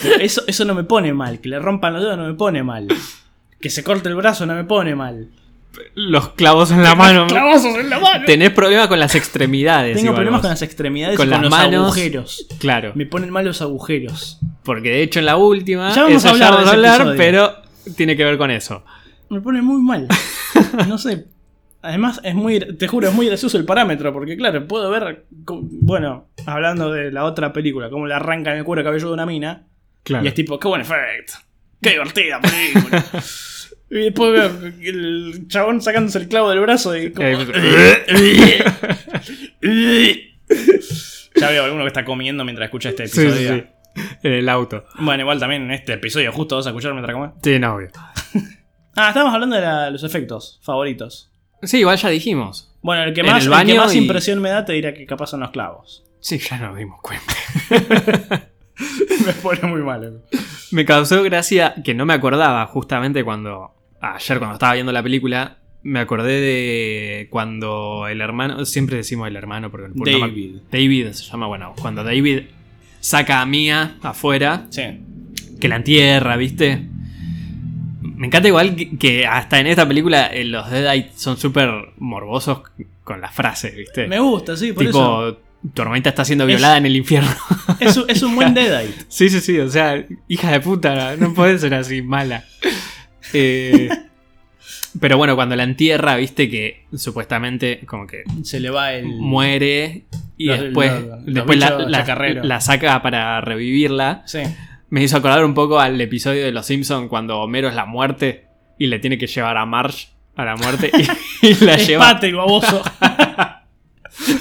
[SPEAKER 2] Pero eso, eso no me pone mal, que le rompan los dedos no me pone mal. Que se corte el brazo no me pone mal.
[SPEAKER 1] Los clavos en la mano.
[SPEAKER 2] ¡Clavazos en la mano!
[SPEAKER 1] Tenés problemas con las extremidades.
[SPEAKER 2] Tengo
[SPEAKER 1] igual
[SPEAKER 2] problemas con
[SPEAKER 1] vos.
[SPEAKER 2] las extremidades
[SPEAKER 1] Con
[SPEAKER 2] y
[SPEAKER 1] las
[SPEAKER 2] con los
[SPEAKER 1] manos.
[SPEAKER 2] agujeros.
[SPEAKER 1] Claro.
[SPEAKER 2] Me ponen mal los agujeros.
[SPEAKER 1] Porque de hecho en la última.
[SPEAKER 2] Ya vamos
[SPEAKER 1] esa
[SPEAKER 2] a hablar de
[SPEAKER 1] vamos
[SPEAKER 2] ese
[SPEAKER 1] hablar,
[SPEAKER 2] episodio.
[SPEAKER 1] pero tiene que ver con eso.
[SPEAKER 2] Me ponen muy mal. No sé. Además, es muy. Te juro, es muy gracioso el parámetro. Porque, claro, puedo ver. co- Bueno, hablando de la otra película, cómo le arrancan el cuero cabelludo a una mina.
[SPEAKER 1] Claro.
[SPEAKER 2] Y es tipo, qué buen efecto. Qué divertida película. y después veo el chabón sacándose el clavo del brazo y como. ya veo alguno que está comiendo mientras escucha este
[SPEAKER 1] sí,
[SPEAKER 2] episodio.
[SPEAKER 1] sí, sí. En el auto.
[SPEAKER 2] Bueno, igual también en este episodio justo vas a escuchar mientras comes.
[SPEAKER 1] Sí, no, obvio.
[SPEAKER 2] Ah, estábamos hablando de la- los efectos favoritos.
[SPEAKER 1] Sí, igual ya dijimos.
[SPEAKER 2] Bueno, el que
[SPEAKER 1] En
[SPEAKER 2] más,
[SPEAKER 1] el
[SPEAKER 2] el
[SPEAKER 1] baño
[SPEAKER 2] que más
[SPEAKER 1] y-
[SPEAKER 2] impresión me da te dirá que capaz son los clavos.
[SPEAKER 1] Sí, ya nos dimos cuenta.
[SPEAKER 2] me pone muy mal. eh.
[SPEAKER 1] Me causó gracia que no me acordaba justamente cuando. Ayer, cuando estaba viendo la película, me acordé de cuando el hermano. Siempre decimos el hermano porque no me-
[SPEAKER 2] David.
[SPEAKER 1] David se llama, bueno, cuando David saca a Mia afuera,
[SPEAKER 2] Sí.
[SPEAKER 1] que la entierra, ¿viste? Me encanta igual que, que hasta en esta película eh, los Deadite son súper morbosos con las frases, ¿viste?
[SPEAKER 2] Me gusta, sí, por
[SPEAKER 1] tipo, Tormenta está siendo
[SPEAKER 2] Es-
[SPEAKER 1] violada en el infierno.
[SPEAKER 2] eso. Es, un- es un buen Deadite.
[SPEAKER 1] sí, sí, sí, o sea, hija de puta, no puede ser así mala. Eh, pero bueno, cuando la entierra, ¿viste? Que supuestamente como que
[SPEAKER 2] Se le va el.
[SPEAKER 1] muere y
[SPEAKER 2] Los-
[SPEAKER 1] después,
[SPEAKER 2] los- los
[SPEAKER 1] después la,
[SPEAKER 2] bichos
[SPEAKER 1] la,
[SPEAKER 2] chacarreros.
[SPEAKER 1] la saca para revivirla.
[SPEAKER 2] Sí.
[SPEAKER 1] Me hizo acordar un poco al episodio de Los Simpsons cuando Homero es la muerte y le tiene que llevar a Marge a la muerte y, y la lleva.
[SPEAKER 2] Espate, el baboso.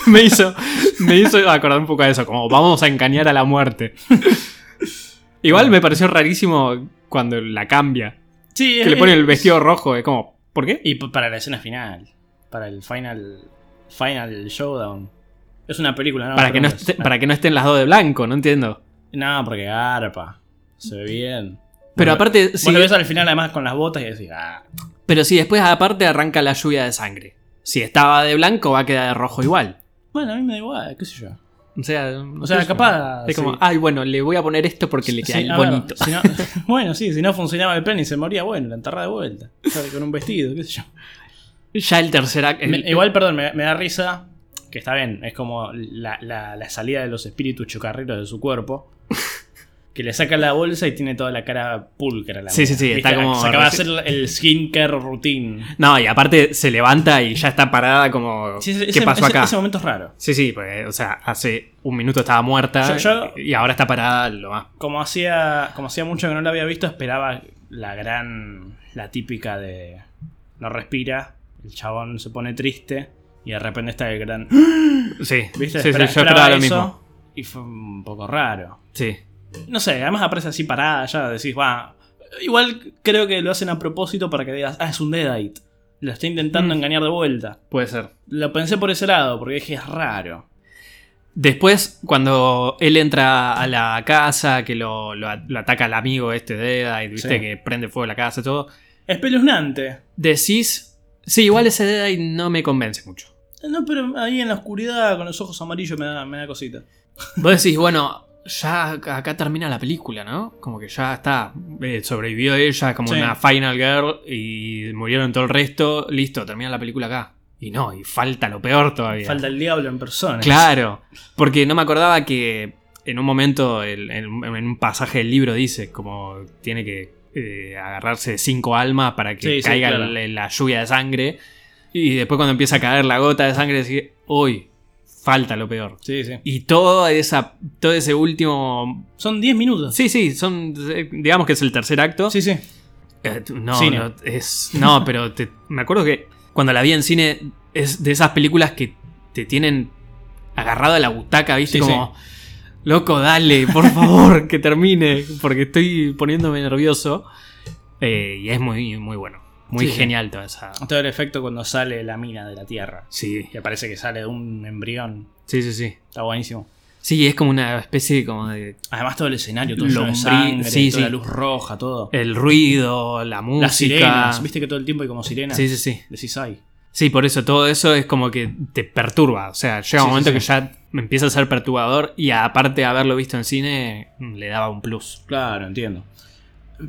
[SPEAKER 1] Me hizo, me hizo acordar un poco a eso, como vamos a engañar a la muerte. Igual me pareció rarísimo cuando la cambia,
[SPEAKER 2] sí,
[SPEAKER 1] que
[SPEAKER 2] Eh, es-
[SPEAKER 1] le pone el vestido rojo, es como, ¿por qué?
[SPEAKER 2] Y p- para la escena final. Para el final. Final Showdown. Es una película, ¿no?
[SPEAKER 1] Para que no,
[SPEAKER 2] Preguntas.
[SPEAKER 1] esté- para que no estén las dos de blanco, no entiendo.
[SPEAKER 2] No, porque garpa. Se ve bien.
[SPEAKER 1] Pero
[SPEAKER 2] Bueno,
[SPEAKER 1] aparte,
[SPEAKER 2] Vos
[SPEAKER 1] si-
[SPEAKER 2] lo ves al final además con las botas y decís, ah.
[SPEAKER 1] Pero si después aparte arranca la lluvia de sangre. Si estaba de blanco va a quedar de rojo igual.
[SPEAKER 2] Bueno, a mí me da igual, qué sé yo.
[SPEAKER 1] O sea,
[SPEAKER 2] O sea, capaz.
[SPEAKER 1] Es como,
[SPEAKER 2] sí.
[SPEAKER 1] ay, bueno, le voy a poner esto porque le queda
[SPEAKER 2] Sí, a ver,
[SPEAKER 1] bonito.
[SPEAKER 2] si no- bueno, sí, si no funcionaba el plan y se moría, bueno, la enterraba de vuelta. Sale Con un vestido, qué sé yo.
[SPEAKER 1] Ya el tercer acto.
[SPEAKER 2] Me- igual, perdón, me, me da risa. Que está bien, es como la, la- la salida de los espíritus chocarreros de su cuerpo. que le saca la bolsa y tiene toda la cara pulcra. La
[SPEAKER 1] Sí, sí,
[SPEAKER 2] mina.
[SPEAKER 1] sí, está
[SPEAKER 2] ¿Viste?
[SPEAKER 1] como-
[SPEAKER 2] Se acaba de hacer el skincare routine.
[SPEAKER 1] No, y aparte se levanta y ya está parada como...
[SPEAKER 2] Sí,
[SPEAKER 1] ¿Qué
[SPEAKER 2] ese- ese-
[SPEAKER 1] pasó acá?
[SPEAKER 2] Ese momento es raro.
[SPEAKER 1] Sí, sí, pues, o sea, hace un minuto estaba muerta
[SPEAKER 2] Yo- yo-
[SPEAKER 1] y ahora está parada lo más...
[SPEAKER 2] Como hacía, como hacía mucho que no la había visto, esperaba la gran, la típica de no respira, el chabón se pone triste y de repente está el gran...
[SPEAKER 1] Sí,
[SPEAKER 2] ¿Viste?
[SPEAKER 1] sí, sí, yo
[SPEAKER 2] Espera-
[SPEAKER 1] esperaba lo
[SPEAKER 2] eso
[SPEAKER 1] mismo.
[SPEAKER 2] Y fue un poco raro.
[SPEAKER 1] Sí.
[SPEAKER 2] No sé, además aparece así parada, ya decís, va. Igual creo que lo hacen a propósito para que digas, ah, es un Deadite. Lo está intentando
[SPEAKER 1] Mm.
[SPEAKER 2] engañar de vuelta.
[SPEAKER 1] Puede ser.
[SPEAKER 2] Lo pensé por ese lado, porque dije, es raro.
[SPEAKER 1] Después, cuando él entra a la casa, que lo, lo at- lo ataca el amigo este de y viste
[SPEAKER 2] Sí.
[SPEAKER 1] que prende fuego la casa y todo,
[SPEAKER 2] Espeluznante.
[SPEAKER 1] decís, sí, igual ese Deadeye no me convence mucho.
[SPEAKER 2] No, pero ahí en la oscuridad, con los ojos amarillos, me da, me da cosita.
[SPEAKER 1] Vos decís, bueno, ya acá acá termina la película, ¿no? Como que ya está, eh, sobrevivió ella como
[SPEAKER 2] Sí.
[SPEAKER 1] una final girl y murieron todo el resto, listo, termina la película acá. Y no, y falta lo peor todavía.
[SPEAKER 2] Falta el diablo en persona.
[SPEAKER 1] Claro, porque no me acordaba que en un momento, el- en, en un pasaje del libro dice como tiene que eh, agarrarse de cinco almas para que
[SPEAKER 2] Sí, sí,
[SPEAKER 1] caiga
[SPEAKER 2] claro.
[SPEAKER 1] la, la lluvia de sangre. Y después cuando empieza a caer la gota de sangre, decir, uy, falta lo peor.
[SPEAKER 2] Sí, sí.
[SPEAKER 1] Y toda esa, todo ese último...
[SPEAKER 2] Son 10 minutos.
[SPEAKER 1] Sí, sí, son, eh, digamos que es el tercer acto.
[SPEAKER 2] sí. sí.
[SPEAKER 1] Eh, t- no,
[SPEAKER 2] Cine.
[SPEAKER 1] no, es, no, pero te- me acuerdo que cuando la vi en cine es de esas películas que te tienen agarrado a la butaca, ¿viste?
[SPEAKER 2] Sí,
[SPEAKER 1] Como, loco, dale, por favor, que termine, porque estoy poniéndome nervioso. Eh, y es muy, muy bueno, muy
[SPEAKER 2] Sí, sí.
[SPEAKER 1] genial toda esa...
[SPEAKER 2] Todo el efecto cuando sale la mina de la tierra.
[SPEAKER 1] Sí,
[SPEAKER 2] Que parece que sale de un embrión.
[SPEAKER 1] sí, sí, sí.
[SPEAKER 2] Está buenísimo.
[SPEAKER 1] Sí, es como una especie de como de...
[SPEAKER 2] Además todo el escenario, todo lleno de
[SPEAKER 1] Lombriz,
[SPEAKER 2] sangre,
[SPEAKER 1] sí,
[SPEAKER 2] toda
[SPEAKER 1] sí.
[SPEAKER 2] la luz roja, todo.
[SPEAKER 1] El ruido, la música.
[SPEAKER 2] Las sirenas, viste que todo el tiempo hay como sirenas.
[SPEAKER 1] Sí, sí, sí.
[SPEAKER 2] Decís, ay.
[SPEAKER 1] Sí, por eso todo eso es como que te perturba. O sea, llega
[SPEAKER 2] Sí,
[SPEAKER 1] un
[SPEAKER 2] sí,
[SPEAKER 1] momento
[SPEAKER 2] sí.
[SPEAKER 1] que ya empieza a ser perturbador y aparte de haberlo visto en cine, mm, le daba un plus.
[SPEAKER 2] Claro, entiendo.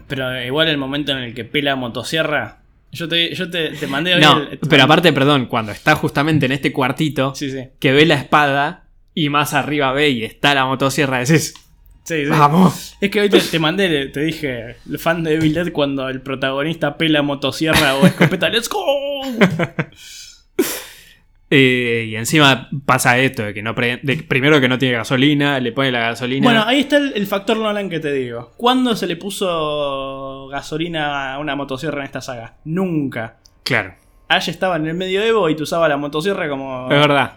[SPEAKER 2] Pero eh, igual el momento en el que pela motosierra. Yo te, yo te, te mandé hoy
[SPEAKER 1] No,
[SPEAKER 2] el-
[SPEAKER 1] pero aparte, perdón, cuando está justamente en este cuartito
[SPEAKER 2] Sí, sí.
[SPEAKER 1] que ve la espada y más arriba ve y está la motosierra, decís,
[SPEAKER 2] Sí, sí.
[SPEAKER 1] Ah, vamos.
[SPEAKER 2] Es que hoy te, te mandé, te dije, el fan de Evil Dead cuando el protagonista pela motosierra o escopeta, ¡let's go!
[SPEAKER 1] Eh, y encima pasa esto, de que no pre- de- primero que no tiene gasolina, le pone la gasolina.
[SPEAKER 2] Bueno, ahí está el, el factor Nolan que te digo. ¿Cuándo se le puso gasolina a una motosierra en esta saga? Nunca.
[SPEAKER 1] claro,
[SPEAKER 2] Ash estaba en el medioevo y tú usaba la motosierra como.
[SPEAKER 1] es verdad.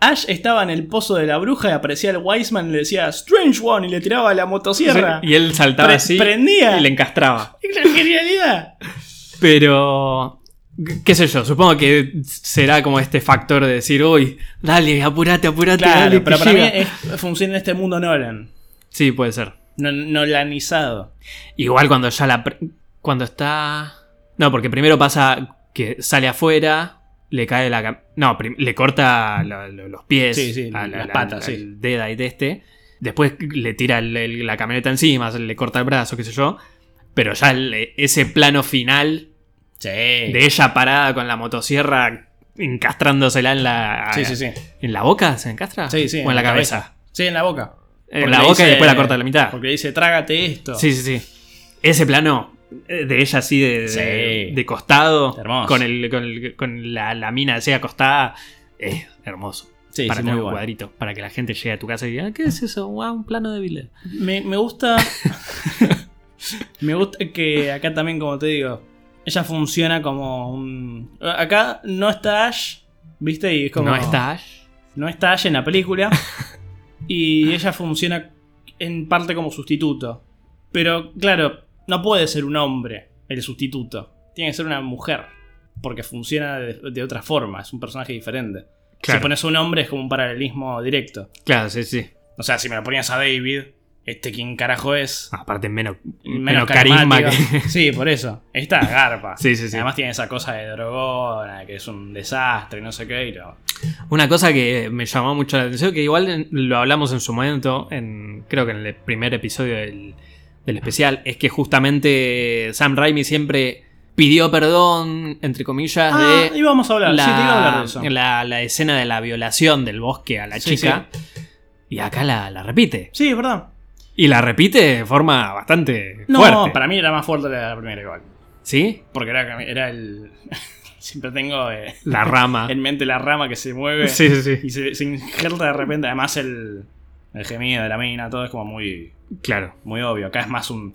[SPEAKER 2] Ash estaba en el pozo de la bruja y aparecía el Wiseman y le decía Strange One y le tiraba la motosierra.
[SPEAKER 1] Y él saltaba
[SPEAKER 2] Pre-
[SPEAKER 1] así
[SPEAKER 2] prendía.
[SPEAKER 1] y le encastraba.
[SPEAKER 2] ¡Es la genialidad!
[SPEAKER 1] Pero. qué sé yo, supongo que será como este factor de decir, uy, dale, apurate, apurate, dale,
[SPEAKER 2] Claro,
[SPEAKER 1] que
[SPEAKER 2] pero para mí
[SPEAKER 1] llega".
[SPEAKER 2] es- funciona en este mundo Nolan.
[SPEAKER 1] Sí, puede ser.
[SPEAKER 2] No- Nolanizado.
[SPEAKER 1] Igual cuando ya la. pr- Cuando está. No, porque primero pasa que sale afuera, le cae la. cam- No, prim- le corta lo- lo- los pies,
[SPEAKER 2] Sí, sí, las patas, sí.
[SPEAKER 1] al Deadeye de este. Después le tira el- el- la camioneta encima, le corta el brazo, qué sé yo. Pero ya el- ese plano final
[SPEAKER 2] Sí.
[SPEAKER 1] de ella parada con la motosierra encastrándosela en la
[SPEAKER 2] sí, sí, sí.
[SPEAKER 1] en la boca se encastra
[SPEAKER 2] Sí, sí,
[SPEAKER 1] o en la cabeza,
[SPEAKER 2] Sí, en la boca.
[SPEAKER 1] en
[SPEAKER 2] Porque
[SPEAKER 1] la boca
[SPEAKER 2] le
[SPEAKER 1] y
[SPEAKER 2] dice-
[SPEAKER 1] después la corta a la mitad
[SPEAKER 2] Porque dice, trágate esto.
[SPEAKER 1] Ah. sí sí sí ese plano eh, de ella así de, de,
[SPEAKER 2] Sí.
[SPEAKER 1] de costado
[SPEAKER 2] Hermoso.
[SPEAKER 1] con el con, el- con la, la mina así acostada es hermoso
[SPEAKER 2] Sí,
[SPEAKER 1] para
[SPEAKER 2] sí,
[SPEAKER 1] tener
[SPEAKER 2] muy
[SPEAKER 1] un
[SPEAKER 2] bueno.
[SPEAKER 1] cuadrito para que la gente llegue a tu casa y diga "Ah, qué es eso Ah, un plano de Bilder
[SPEAKER 2] Me, me gusta. me gusta que acá también, como te digo, ella funciona como un. Acá no está Ash, ¿viste? Y es como.
[SPEAKER 1] no está Ash
[SPEAKER 2] No está Ash en la película. y ella funciona en parte como sustituto. Pero claro, no puede ser un hombre el sustituto. Tiene que ser una mujer. Porque funciona de, de otra forma, es un personaje diferente.
[SPEAKER 1] Claro.
[SPEAKER 2] Si pones un hombre es como un paralelismo directo.
[SPEAKER 1] claro sí sí
[SPEAKER 2] O sea, si me lo ponías a David, este quién carajo es.
[SPEAKER 1] aparte menos Ah, menos,
[SPEAKER 2] Menos,
[SPEAKER 1] carisma que...
[SPEAKER 2] carismático. Sí, por eso. Esta garpa.
[SPEAKER 1] Sí, sí, sí.
[SPEAKER 2] Además tiene esa cosa de drogona, que es un desastre, no sé qué. y no.
[SPEAKER 1] Una cosa que me llamó mucho la atención, que igual en- lo hablamos en su momento, en, creo que en el primer episodio del, del especial, es que justamente Sam Raimi siempre pidió perdón, entre comillas,
[SPEAKER 2] Ah,
[SPEAKER 1] de,
[SPEAKER 2] íbamos a hablar, sí, te iba a hablar de eso.
[SPEAKER 1] la- la escena de la violación del bosque a la
[SPEAKER 2] Sí,
[SPEAKER 1] chica. Y acá la, la repite.
[SPEAKER 2] Sí, es verdad.
[SPEAKER 1] Y la repite de forma bastante
[SPEAKER 2] No,
[SPEAKER 1] fuerte.
[SPEAKER 2] para mí era más fuerte la de la primera igual.
[SPEAKER 1] ¿Sí?
[SPEAKER 2] Porque era, era el. Siempre tengo eh,
[SPEAKER 1] La rama.
[SPEAKER 2] en mente la rama que se mueve
[SPEAKER 1] Sí, sí, sí.
[SPEAKER 2] y se, se injerta de repente. Además, el, el gemido de la mina, todo es como muy,
[SPEAKER 1] Claro.
[SPEAKER 2] muy obvio. Acá es más un.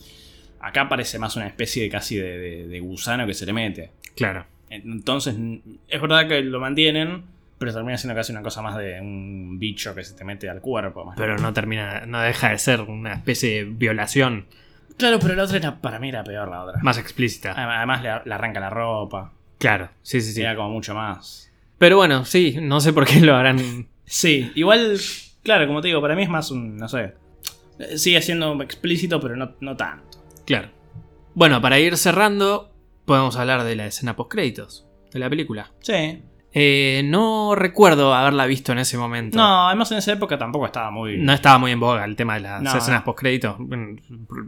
[SPEAKER 2] Acá parece más una especie de casi de, de- de gusano que se le mete.
[SPEAKER 1] Claro.
[SPEAKER 2] Entonces, n- es verdad que lo mantienen, pero termina siendo casi una cosa más de un bicho que se te mete al cuerpo. más
[SPEAKER 1] Pero no termina, no deja de ser una especie de violación
[SPEAKER 2] Claro, pero la otra era, para mí era peor la otra.
[SPEAKER 1] más explícita.
[SPEAKER 2] Adem- Además le, le arranca la ropa.
[SPEAKER 1] Claro, sí, sí, sí.
[SPEAKER 2] Era como mucho más.
[SPEAKER 1] Pero bueno, sí, no sé por qué lo harán.
[SPEAKER 2] Sí, igual, claro, como te digo, para mí es más un, no sé. eh, Sigue siendo explícito, pero no, no tanto.
[SPEAKER 1] Claro. Bueno, para ir cerrando, podemos hablar de la escena post créditos de la película.
[SPEAKER 2] Sí.
[SPEAKER 1] Eh, no recuerdo haberla visto en ese momento.
[SPEAKER 2] No, además en esa época tampoco estaba muy.
[SPEAKER 1] No estaba muy en boga el tema de las
[SPEAKER 2] No,
[SPEAKER 1] escenas
[SPEAKER 2] no.
[SPEAKER 1] post créditos.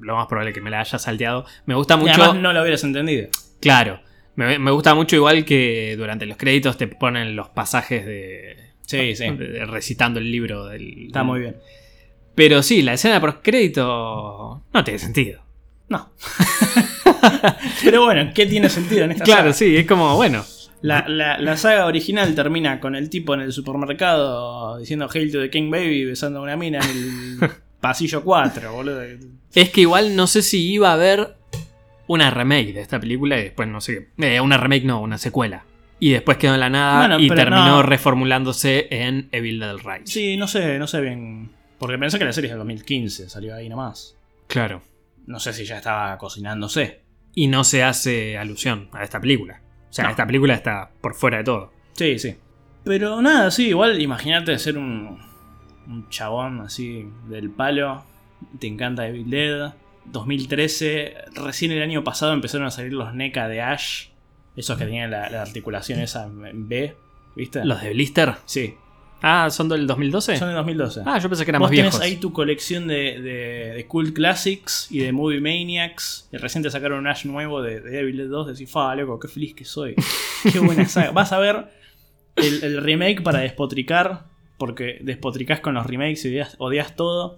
[SPEAKER 1] Lo más probable es que me la haya salteado. Me gusta
[SPEAKER 2] Y
[SPEAKER 1] mucho.
[SPEAKER 2] además no lo hubieras entendido.
[SPEAKER 1] Claro. Me, me gusta mucho igual que durante los créditos te ponen los pasajes de.
[SPEAKER 2] Sí, sí.
[SPEAKER 1] de- recitando el libro del.
[SPEAKER 2] Está muy bien.
[SPEAKER 1] Pero sí, la escena post crédito no tiene sentido.
[SPEAKER 2] No. pero bueno, ¿qué tiene sentido en esta
[SPEAKER 1] Claro,
[SPEAKER 2] saga?
[SPEAKER 1] sí, es como, bueno.
[SPEAKER 2] La, la- la saga original termina con el tipo en el supermercado diciendo Hail to the King Baby besando a una mina en el pasillo 4, boludo.
[SPEAKER 1] Es que igual no sé si iba a haber una remake de esta película y después no sé qué. eh, una remake no, una secuela. Y después quedó en la nada
[SPEAKER 2] Bueno,
[SPEAKER 1] y
[SPEAKER 2] pero
[SPEAKER 1] terminó
[SPEAKER 2] no.
[SPEAKER 1] reformulándose en Evil Dead Rise.
[SPEAKER 2] Sí, no sé, no sé bien. Porque pensé que la serie es del 2015, salió ahí nomás.
[SPEAKER 1] Claro.
[SPEAKER 2] No sé si ya estaba cocinándose.
[SPEAKER 1] Y no se hace alusión a esta película. O sea,
[SPEAKER 2] No.
[SPEAKER 1] esta película está por fuera de todo.
[SPEAKER 2] Sí, sí. Pero nada, sí, igual imagínate ser un, un chabón así del palo. Te encanta Evil Dead. 2013, recién el año pasado empezaron a salir los NECA de Ash. Esos que tenían la, la articulación esa en B, ¿viste?
[SPEAKER 1] ¿Los de Blister?
[SPEAKER 2] Sí,
[SPEAKER 1] Ah, ¿son del 2012?
[SPEAKER 2] son de 2012.
[SPEAKER 1] Ah, yo pensé que eran
[SPEAKER 2] Vos
[SPEAKER 1] más
[SPEAKER 2] tenés
[SPEAKER 1] viejos.
[SPEAKER 2] ahí tu colección de, de, de Cool Classics y de Movie Maniacs. Y recién te sacaron un Ash nuevo de, de Evil Dead 2. Decís, fa, loco, qué feliz que soy. Qué buena saga. Vas a ver el, el remake para despotricar. Porque despotricás con los remakes y odias, odias todo.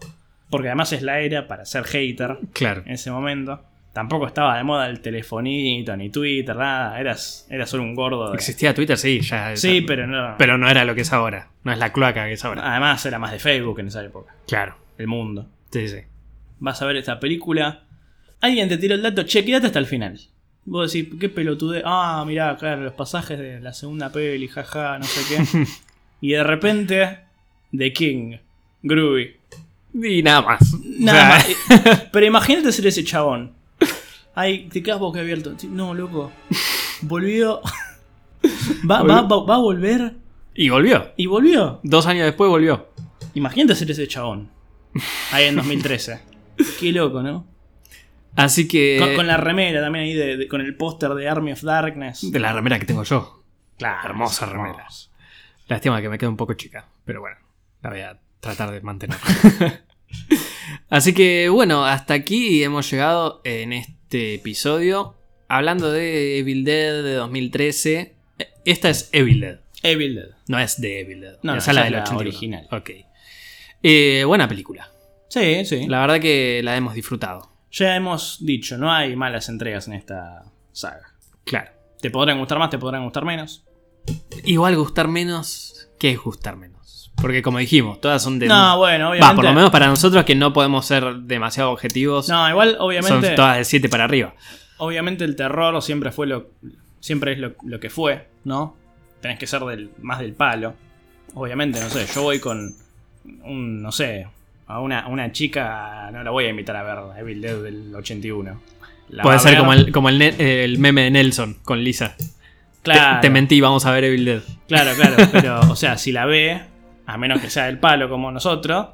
[SPEAKER 2] Porque además es la era para ser hater
[SPEAKER 1] Claro.
[SPEAKER 2] en ese momento. Tampoco estaba de moda el telefonito, ni Twitter, nada. Eras, eras solo un gordo. de-
[SPEAKER 1] Existía Twitter, sí, ya.
[SPEAKER 2] Sí,
[SPEAKER 1] ya-
[SPEAKER 2] pero no.
[SPEAKER 1] pero no era lo que es ahora. No es la cloaca que es ahora.
[SPEAKER 2] Además era más de Facebook en esa época.
[SPEAKER 1] Claro.
[SPEAKER 2] El mundo.
[SPEAKER 1] Sí, sí.
[SPEAKER 2] vas a ver esta película. Alguien te tiró el dato, che, quédate hasta el final. Vos decís, qué pelotude. Ah, mirá, claro, los pasajes de la segunda peli, jaja, no sé qué. y de repente, The King, Groovy.
[SPEAKER 1] Y nada más.
[SPEAKER 2] Nada
[SPEAKER 1] O sea,
[SPEAKER 2] más. Eh, Pero imagínate ser ese chabón. Ahí te quedas boca abierto. No, loco. Volvió. Va, va, va, va a volver.
[SPEAKER 1] Y volvió.
[SPEAKER 2] Y volvió.
[SPEAKER 1] Dos años después volvió.
[SPEAKER 2] Imagínate ser ese chabón. Ahí en 2013. Qué loco, ¿no?
[SPEAKER 1] Así que.
[SPEAKER 2] Con, con la remera también ahí, de- de- con el póster de Army of Darkness.
[SPEAKER 1] De la remera que tengo yo.
[SPEAKER 2] Claro,
[SPEAKER 1] hermosa
[SPEAKER 2] es
[SPEAKER 1] remera.
[SPEAKER 2] hermoso.
[SPEAKER 1] Lástima que me queda un poco chica. Pero bueno, la voy a tratar de mantener. Así que bueno, hasta aquí hemos llegado en este episodio. Hablando de Evil Dead de 2013. Eh, Esta es Evil Dead.
[SPEAKER 2] Evil Dead.
[SPEAKER 1] No es de Evil Dead.
[SPEAKER 2] No, no,
[SPEAKER 1] Esa es la
[SPEAKER 2] esa
[SPEAKER 1] del
[SPEAKER 2] es la
[SPEAKER 1] 81.
[SPEAKER 2] original.
[SPEAKER 1] Ok. Eh, buena película.
[SPEAKER 2] Sí, sí.
[SPEAKER 1] La verdad que la hemos disfrutado.
[SPEAKER 2] Ya hemos dicho, no hay malas entregas en esta saga.
[SPEAKER 1] Claro.
[SPEAKER 2] Te podrán gustar más, te podrán gustar menos.
[SPEAKER 1] Igual gustar menos que es gustar menos. Porque como dijimos, todas son de...
[SPEAKER 2] no, bueno,
[SPEAKER 1] Va,
[SPEAKER 2] obviamente.
[SPEAKER 1] por lo menos para nosotros que no podemos ser demasiado objetivos.
[SPEAKER 2] No, igual,
[SPEAKER 1] son
[SPEAKER 2] obviamente.
[SPEAKER 1] todas de 7 para arriba.
[SPEAKER 2] Obviamente el terror siempre fue lo. Siempre es lo, lo que fue, ¿no? Tenés que ser del, más del palo. Obviamente, no sé, yo voy con. Un, no sé. A una, a una chica no la voy a invitar a ver Evil Dead del 81. La va
[SPEAKER 1] Puede
[SPEAKER 2] a
[SPEAKER 1] ser
[SPEAKER 2] ver-
[SPEAKER 1] como, el, como el, ne- el meme de Nelson con Lisa. Te-
[SPEAKER 2] Claro.
[SPEAKER 1] Te, mentí, vamos a ver Evil Dead.
[SPEAKER 2] Claro, claro, pero, o sea, si la ve, a menos que sea del palo como nosotros,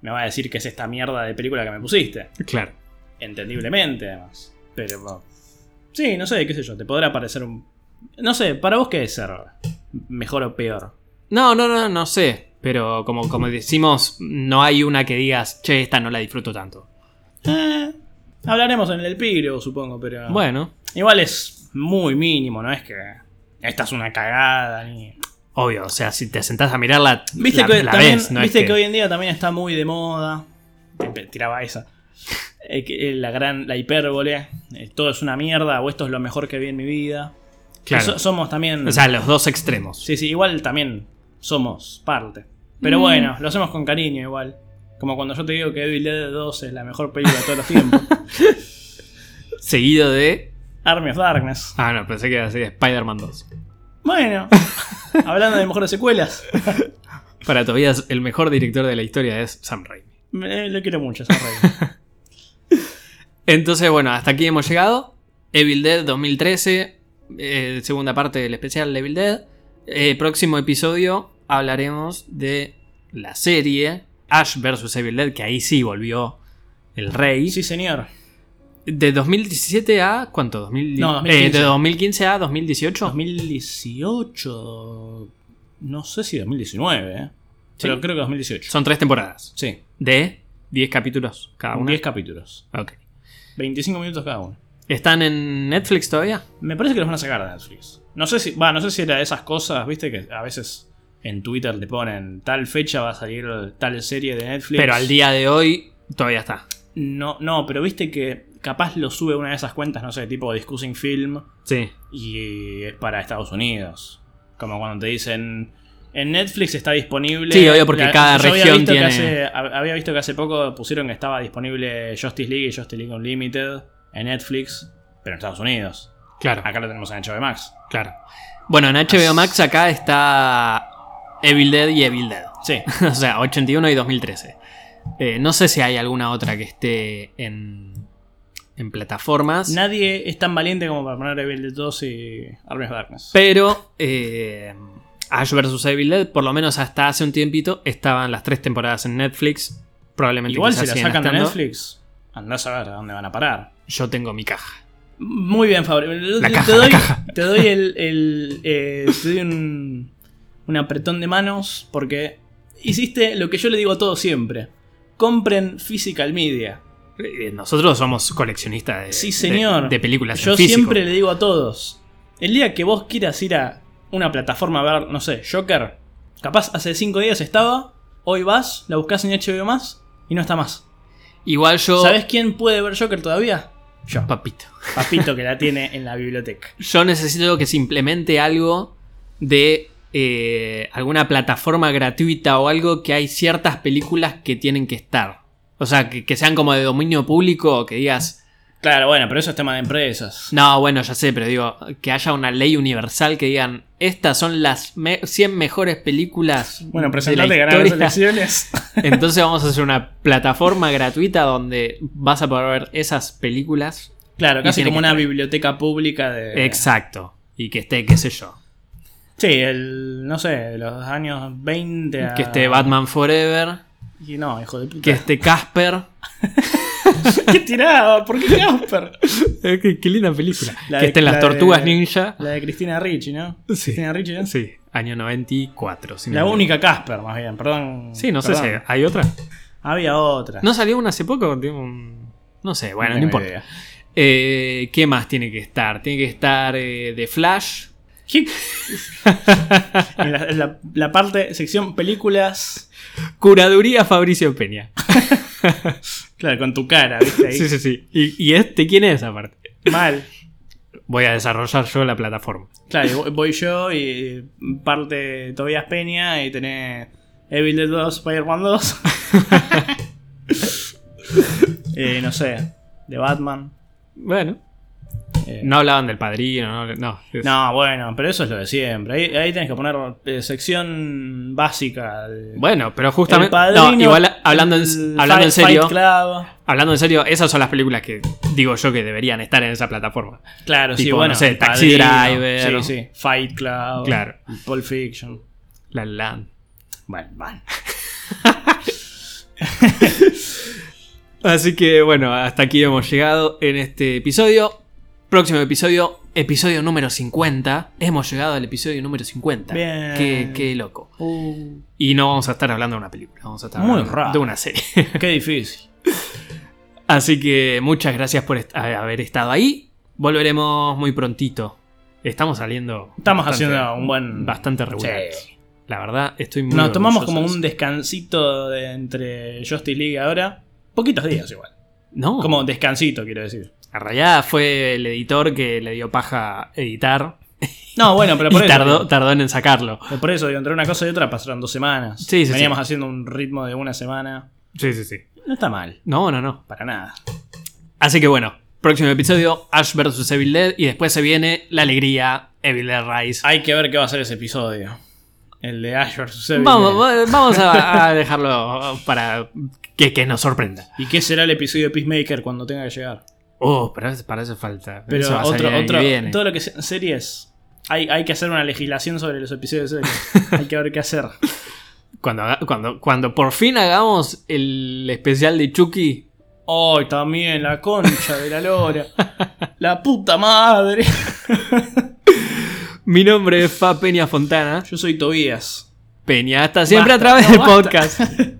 [SPEAKER 2] me va a decir que es esta mierda de película que me pusiste.
[SPEAKER 1] Claro.
[SPEAKER 2] Entendiblemente, además. Pero, bueno, sí, no sé, qué sé yo, te podrá parecer un. No sé, ¿para vos qué es ser mejor o peor?
[SPEAKER 1] No, no, no, no sé. Pero como, como decimos, no hay una que digas, che, esta no la disfruto tanto.
[SPEAKER 2] Eh, hablaremos en el Piro, supongo, pero.
[SPEAKER 1] Bueno,
[SPEAKER 2] Igual es muy mínimo, no es que. Esta es una cagada, ni.
[SPEAKER 1] obvio, o sea, si te sentás a mirarla,
[SPEAKER 2] Viste,
[SPEAKER 1] la,
[SPEAKER 2] que,
[SPEAKER 1] la
[SPEAKER 2] también-
[SPEAKER 1] ves, no es
[SPEAKER 2] viste que
[SPEAKER 1] que-
[SPEAKER 2] hoy en día también está muy de moda. te tiraba esa. Eh, que, eh, La gran, la hipérbole, eh, todo es una mierda, o esto es lo mejor que vi en mi vida.
[SPEAKER 1] Claro.
[SPEAKER 2] So- somos también.
[SPEAKER 1] O sea, los dos extremos.
[SPEAKER 2] sí, sí, igual también somos parte. Pero bueno, lo hacemos con cariño igual. Como cuando yo te digo que Evil Dead 2 es la mejor película de todos los tiempos.
[SPEAKER 1] Seguido de.
[SPEAKER 2] Army of Darkness.
[SPEAKER 1] Ah, no, pensé que era así: Spider-Man 2.
[SPEAKER 2] Bueno, hablando de mejores secuelas,
[SPEAKER 1] Para Tobías, el mejor director de la historia es Sam Raimi.
[SPEAKER 2] me- eh, lo quiero mucho, esa regla.
[SPEAKER 1] Entonces, bueno, hasta aquí hemos llegado. Evil Dead 2013, eh, segunda parte del especial de Evil Dead. Eh, próximo episodio hablaremos de la serie Ash vs. Evil Dead, que ahí sí volvió el rey.
[SPEAKER 2] Sí, señor.
[SPEAKER 1] De 2017 a. ¿Cuánto? 2000
[SPEAKER 2] No,
[SPEAKER 1] eh,
[SPEAKER 2] 2015.
[SPEAKER 1] de 2015 a 2018.
[SPEAKER 2] 2018. No sé si 2019, ¿eh? Pero
[SPEAKER 1] Sí.
[SPEAKER 2] creo que 2018.
[SPEAKER 1] Son tres temporadas
[SPEAKER 2] Sí,
[SPEAKER 1] de 10 capítulos cada Ah, una.
[SPEAKER 2] 10 capítulos.
[SPEAKER 1] Ok.
[SPEAKER 2] 25 minutos cada uno.
[SPEAKER 1] ¿Están en Netflix todavía?
[SPEAKER 2] Me parece que los van a sacar de Netflix. No sé si, va, no sé si era de esas cosas, viste, que a veces en Twitter te ponen tal fecha va a salir tal serie de Netflix.
[SPEAKER 1] Pero al día de hoy todavía está.
[SPEAKER 2] No, no, pero viste que capaz lo sube una de esas cuentas, no sé, tipo Discussing Film.
[SPEAKER 1] Sí.
[SPEAKER 2] y es para Estados Unidos. Como cuando te dicen en Netflix está disponible.
[SPEAKER 1] Sí, obvio, porque cada
[SPEAKER 2] yo había
[SPEAKER 1] región
[SPEAKER 2] visto que
[SPEAKER 1] tiene-
[SPEAKER 2] hace- hab- había visto que hace poco pusieron que estaba disponible Justice League y Justice League Unlimited en Netflix, pero en Estados Unidos.
[SPEAKER 1] Claro.
[SPEAKER 2] Acá lo tenemos en HBO Max.
[SPEAKER 1] Claro. Bueno, en HBO Max acá está Evil Dead y Evil Dead.
[SPEAKER 2] Sí,
[SPEAKER 1] o sea, 81 y 2013. Eh, no sé si hay alguna otra que esté en, en plataformas.
[SPEAKER 2] nadie es tan valiente como para poner Evil Dead 2 y Army of Darkness.
[SPEAKER 1] Pero eh, Ash vs. Evil Dead, por lo menos hasta hace un tiempito, estaban las tres temporadas en Netflix. Probablemente
[SPEAKER 2] Igual
[SPEAKER 1] quizás
[SPEAKER 2] si la
[SPEAKER 1] sigan
[SPEAKER 2] sacan de
[SPEAKER 1] estando.
[SPEAKER 2] Netflix, andás a ver a dónde van a parar.
[SPEAKER 1] Yo tengo mi caja.
[SPEAKER 2] Muy bien, Fabri.
[SPEAKER 1] La
[SPEAKER 2] Te-
[SPEAKER 1] caja, la
[SPEAKER 2] te, doy,
[SPEAKER 1] caja.
[SPEAKER 2] te doy el. el, eh, te doy un, un apretón de manos porque hiciste lo que yo le digo a todos siempre: compren physical media.
[SPEAKER 1] Eh, Nosotros somos coleccionistas de,
[SPEAKER 2] Sí, señor.
[SPEAKER 1] de, de películas. en
[SPEAKER 2] Yo
[SPEAKER 1] físico.
[SPEAKER 2] siempre le digo a todos: el día que vos quieras ir a una plataforma a ver, no sé, Joker, capaz hace 5 días estaba, hoy vas, la buscas en HBO más y no está más.
[SPEAKER 1] Igual yo.
[SPEAKER 2] ¿Sabés quién puede ver Joker todavía? Yo,
[SPEAKER 1] Papito.
[SPEAKER 2] papito que la tiene en la biblioteca.
[SPEAKER 1] Yo necesito que se implemente algo de eh, alguna plataforma gratuita o algo que hay ciertas películas que tienen que estar. O sea, que, que sean como de dominio público o que digas,
[SPEAKER 2] Claro, bueno, pero eso es tema de empresas.
[SPEAKER 1] no, bueno, ya sé, pero digo, que haya una ley universal que digan, estas son las me- 100 mejores películas.
[SPEAKER 2] Bueno,
[SPEAKER 1] de
[SPEAKER 2] presentate,
[SPEAKER 1] la
[SPEAKER 2] ganar las
[SPEAKER 1] historia.
[SPEAKER 2] elecciones.
[SPEAKER 1] Entonces vamos a hacer una plataforma gratuita donde vas a poder ver esas películas.
[SPEAKER 2] Claro,
[SPEAKER 1] Y
[SPEAKER 2] casi
[SPEAKER 1] tiene
[SPEAKER 2] como
[SPEAKER 1] que
[SPEAKER 2] una
[SPEAKER 1] estar.
[SPEAKER 2] biblioteca pública de.
[SPEAKER 1] Exacto. Y que esté, qué sé yo.
[SPEAKER 2] Sí, el. No sé, de los años 20. a-
[SPEAKER 1] Que esté Batman Forever.
[SPEAKER 2] Y no, hijo de puta.
[SPEAKER 1] Que esté Casper.
[SPEAKER 2] ¿Qué tiraba? ¿Por qué Casper?
[SPEAKER 1] Eh, qué, qué linda película.
[SPEAKER 2] La
[SPEAKER 1] que
[SPEAKER 2] de-
[SPEAKER 1] estén las
[SPEAKER 2] la
[SPEAKER 1] tortugas
[SPEAKER 2] de-
[SPEAKER 1] ninja.
[SPEAKER 2] La de Cristina Ricci, ¿no?
[SPEAKER 1] Sí.
[SPEAKER 2] Cristina Ricci, ¿no?
[SPEAKER 1] Sí, año 94. si no
[SPEAKER 2] La
[SPEAKER 1] me
[SPEAKER 2] única Casper, más bien, perdón.
[SPEAKER 1] equivoco. Sí, no sé si
[SPEAKER 2] perdón.
[SPEAKER 1] hay otra.
[SPEAKER 2] Había otra.
[SPEAKER 1] ¿No salió una hace poco? Tiene un- No sé, bueno, no
[SPEAKER 2] tengo
[SPEAKER 1] importa.
[SPEAKER 2] idea.
[SPEAKER 1] Eh, ¿Qué más tiene que estar? Tiene que estar eh, The Flash.
[SPEAKER 2] ¿Qué? en la, en la- la parte, sección películas.
[SPEAKER 1] Curaduría Fabricio Peña.
[SPEAKER 2] Claro, con tu cara, ¿viste? Ahí.
[SPEAKER 1] Sí, sí, sí. ¿Y, y este quién es aparte?
[SPEAKER 2] Mal.
[SPEAKER 1] Voy a desarrollar yo la plataforma.
[SPEAKER 2] Claro, y voy- voy yo y parte Tobias Peña y tenés Evil Dead 2, Spider-Man 2. Eh, no sé, de Batman.
[SPEAKER 1] Bueno,
[SPEAKER 2] eh,
[SPEAKER 1] no hablaban del padrino, no. no.
[SPEAKER 2] No, bueno, pero eso es lo de siempre. Ahí, ahí tenés que poner eh, sección básica. de-
[SPEAKER 1] Bueno, pero
[SPEAKER 2] El
[SPEAKER 1] justamente.
[SPEAKER 2] Padrino,
[SPEAKER 1] no, igual hablando en,
[SPEAKER 2] el
[SPEAKER 1] hablando en
[SPEAKER 2] Fight-
[SPEAKER 1] serio.
[SPEAKER 2] Fight Club.
[SPEAKER 1] Hablando en serio, esas son las películas que digo yo que deberían estar en esa plataforma.
[SPEAKER 2] Claro, sí,
[SPEAKER 1] Tipo,
[SPEAKER 2] bueno.
[SPEAKER 1] no sé,
[SPEAKER 2] El
[SPEAKER 1] Taxi
[SPEAKER 2] Padrino,
[SPEAKER 1] Driver.
[SPEAKER 2] Sí, sí. Fight Club.
[SPEAKER 1] Claro.
[SPEAKER 2] Pulp Fiction.
[SPEAKER 1] La La Land.
[SPEAKER 2] Bueno, bueno.
[SPEAKER 1] Así que bueno, hasta aquí hemos llegado en este episodio. Próximo episodio, episodio número 50. Hemos llegado al episodio número 50.
[SPEAKER 2] Bien.
[SPEAKER 1] Qué, qué loco.
[SPEAKER 2] Uh,
[SPEAKER 1] Y no vamos a estar hablando de una película, vamos a estar
[SPEAKER 2] Muy
[SPEAKER 1] hablando
[SPEAKER 2] raro.
[SPEAKER 1] de una serie.
[SPEAKER 2] qué difícil.
[SPEAKER 1] Así que muchas gracias por est- a- haber estado ahí. Volveremos muy prontito. Estamos saliendo.
[SPEAKER 2] Estamos
[SPEAKER 1] bastante-
[SPEAKER 2] haciendo un buen.
[SPEAKER 1] Bastante regular.
[SPEAKER 2] Sí.
[SPEAKER 1] La verdad, estoy muy.
[SPEAKER 2] Nos tomamos como
[SPEAKER 1] orgulloso de
[SPEAKER 2] un descansito de- entre Justice League ahora. Poquitos días igual.
[SPEAKER 1] No.
[SPEAKER 2] Como descansito, quiero decir.
[SPEAKER 1] En realidad fue el editor que le dio paja editar.
[SPEAKER 2] No, bueno, pero por
[SPEAKER 1] y
[SPEAKER 2] eso.
[SPEAKER 1] tardó, tardó en sacarlo.
[SPEAKER 2] digo, Por eso, digo, entre una cosa y otra pasaron dos semanas.
[SPEAKER 1] Sí, sí,
[SPEAKER 2] Veníamos haciendo un ritmo de una semana.
[SPEAKER 1] Sí, sí, sí.
[SPEAKER 2] No está mal,
[SPEAKER 1] No, no, no.
[SPEAKER 2] para nada.
[SPEAKER 1] Así que bueno, próximo episodio, Ash vs Evil Dead. Y después se viene la alegría, Evil Dead Rise.
[SPEAKER 2] Hay que ver qué va a ser ese episodio. El de Ash vs. Evil
[SPEAKER 1] Vamos,
[SPEAKER 2] Dead.
[SPEAKER 1] va- vamos a, a dejarlo para que, que nos sorprenda.
[SPEAKER 2] ¿Y qué será el episodio de Peacemaker cuando tenga que llegar?
[SPEAKER 1] Oh, pero es- para eso falta.
[SPEAKER 2] Pero
[SPEAKER 1] Eso va a salir
[SPEAKER 2] otro,
[SPEAKER 1] el año
[SPEAKER 2] otro,
[SPEAKER 1] que viene.
[SPEAKER 2] todo lo que sean series. Hay, hay que hacer una legislación sobre los episodios de series. hay que ver qué hacer.
[SPEAKER 1] Cuando, haga- cuando, cuando por fin hagamos el especial de Chucky,
[SPEAKER 2] ¡Ay, también! La concha de la lora. ¡La puta madre!
[SPEAKER 1] mi nombre es Fa Peña Fontana.
[SPEAKER 2] Yo soy Tobías.
[SPEAKER 1] Peña, hasta siempre
[SPEAKER 2] Basta,
[SPEAKER 1] a través
[SPEAKER 2] no,
[SPEAKER 1] del
[SPEAKER 2] basta.
[SPEAKER 1] podcast.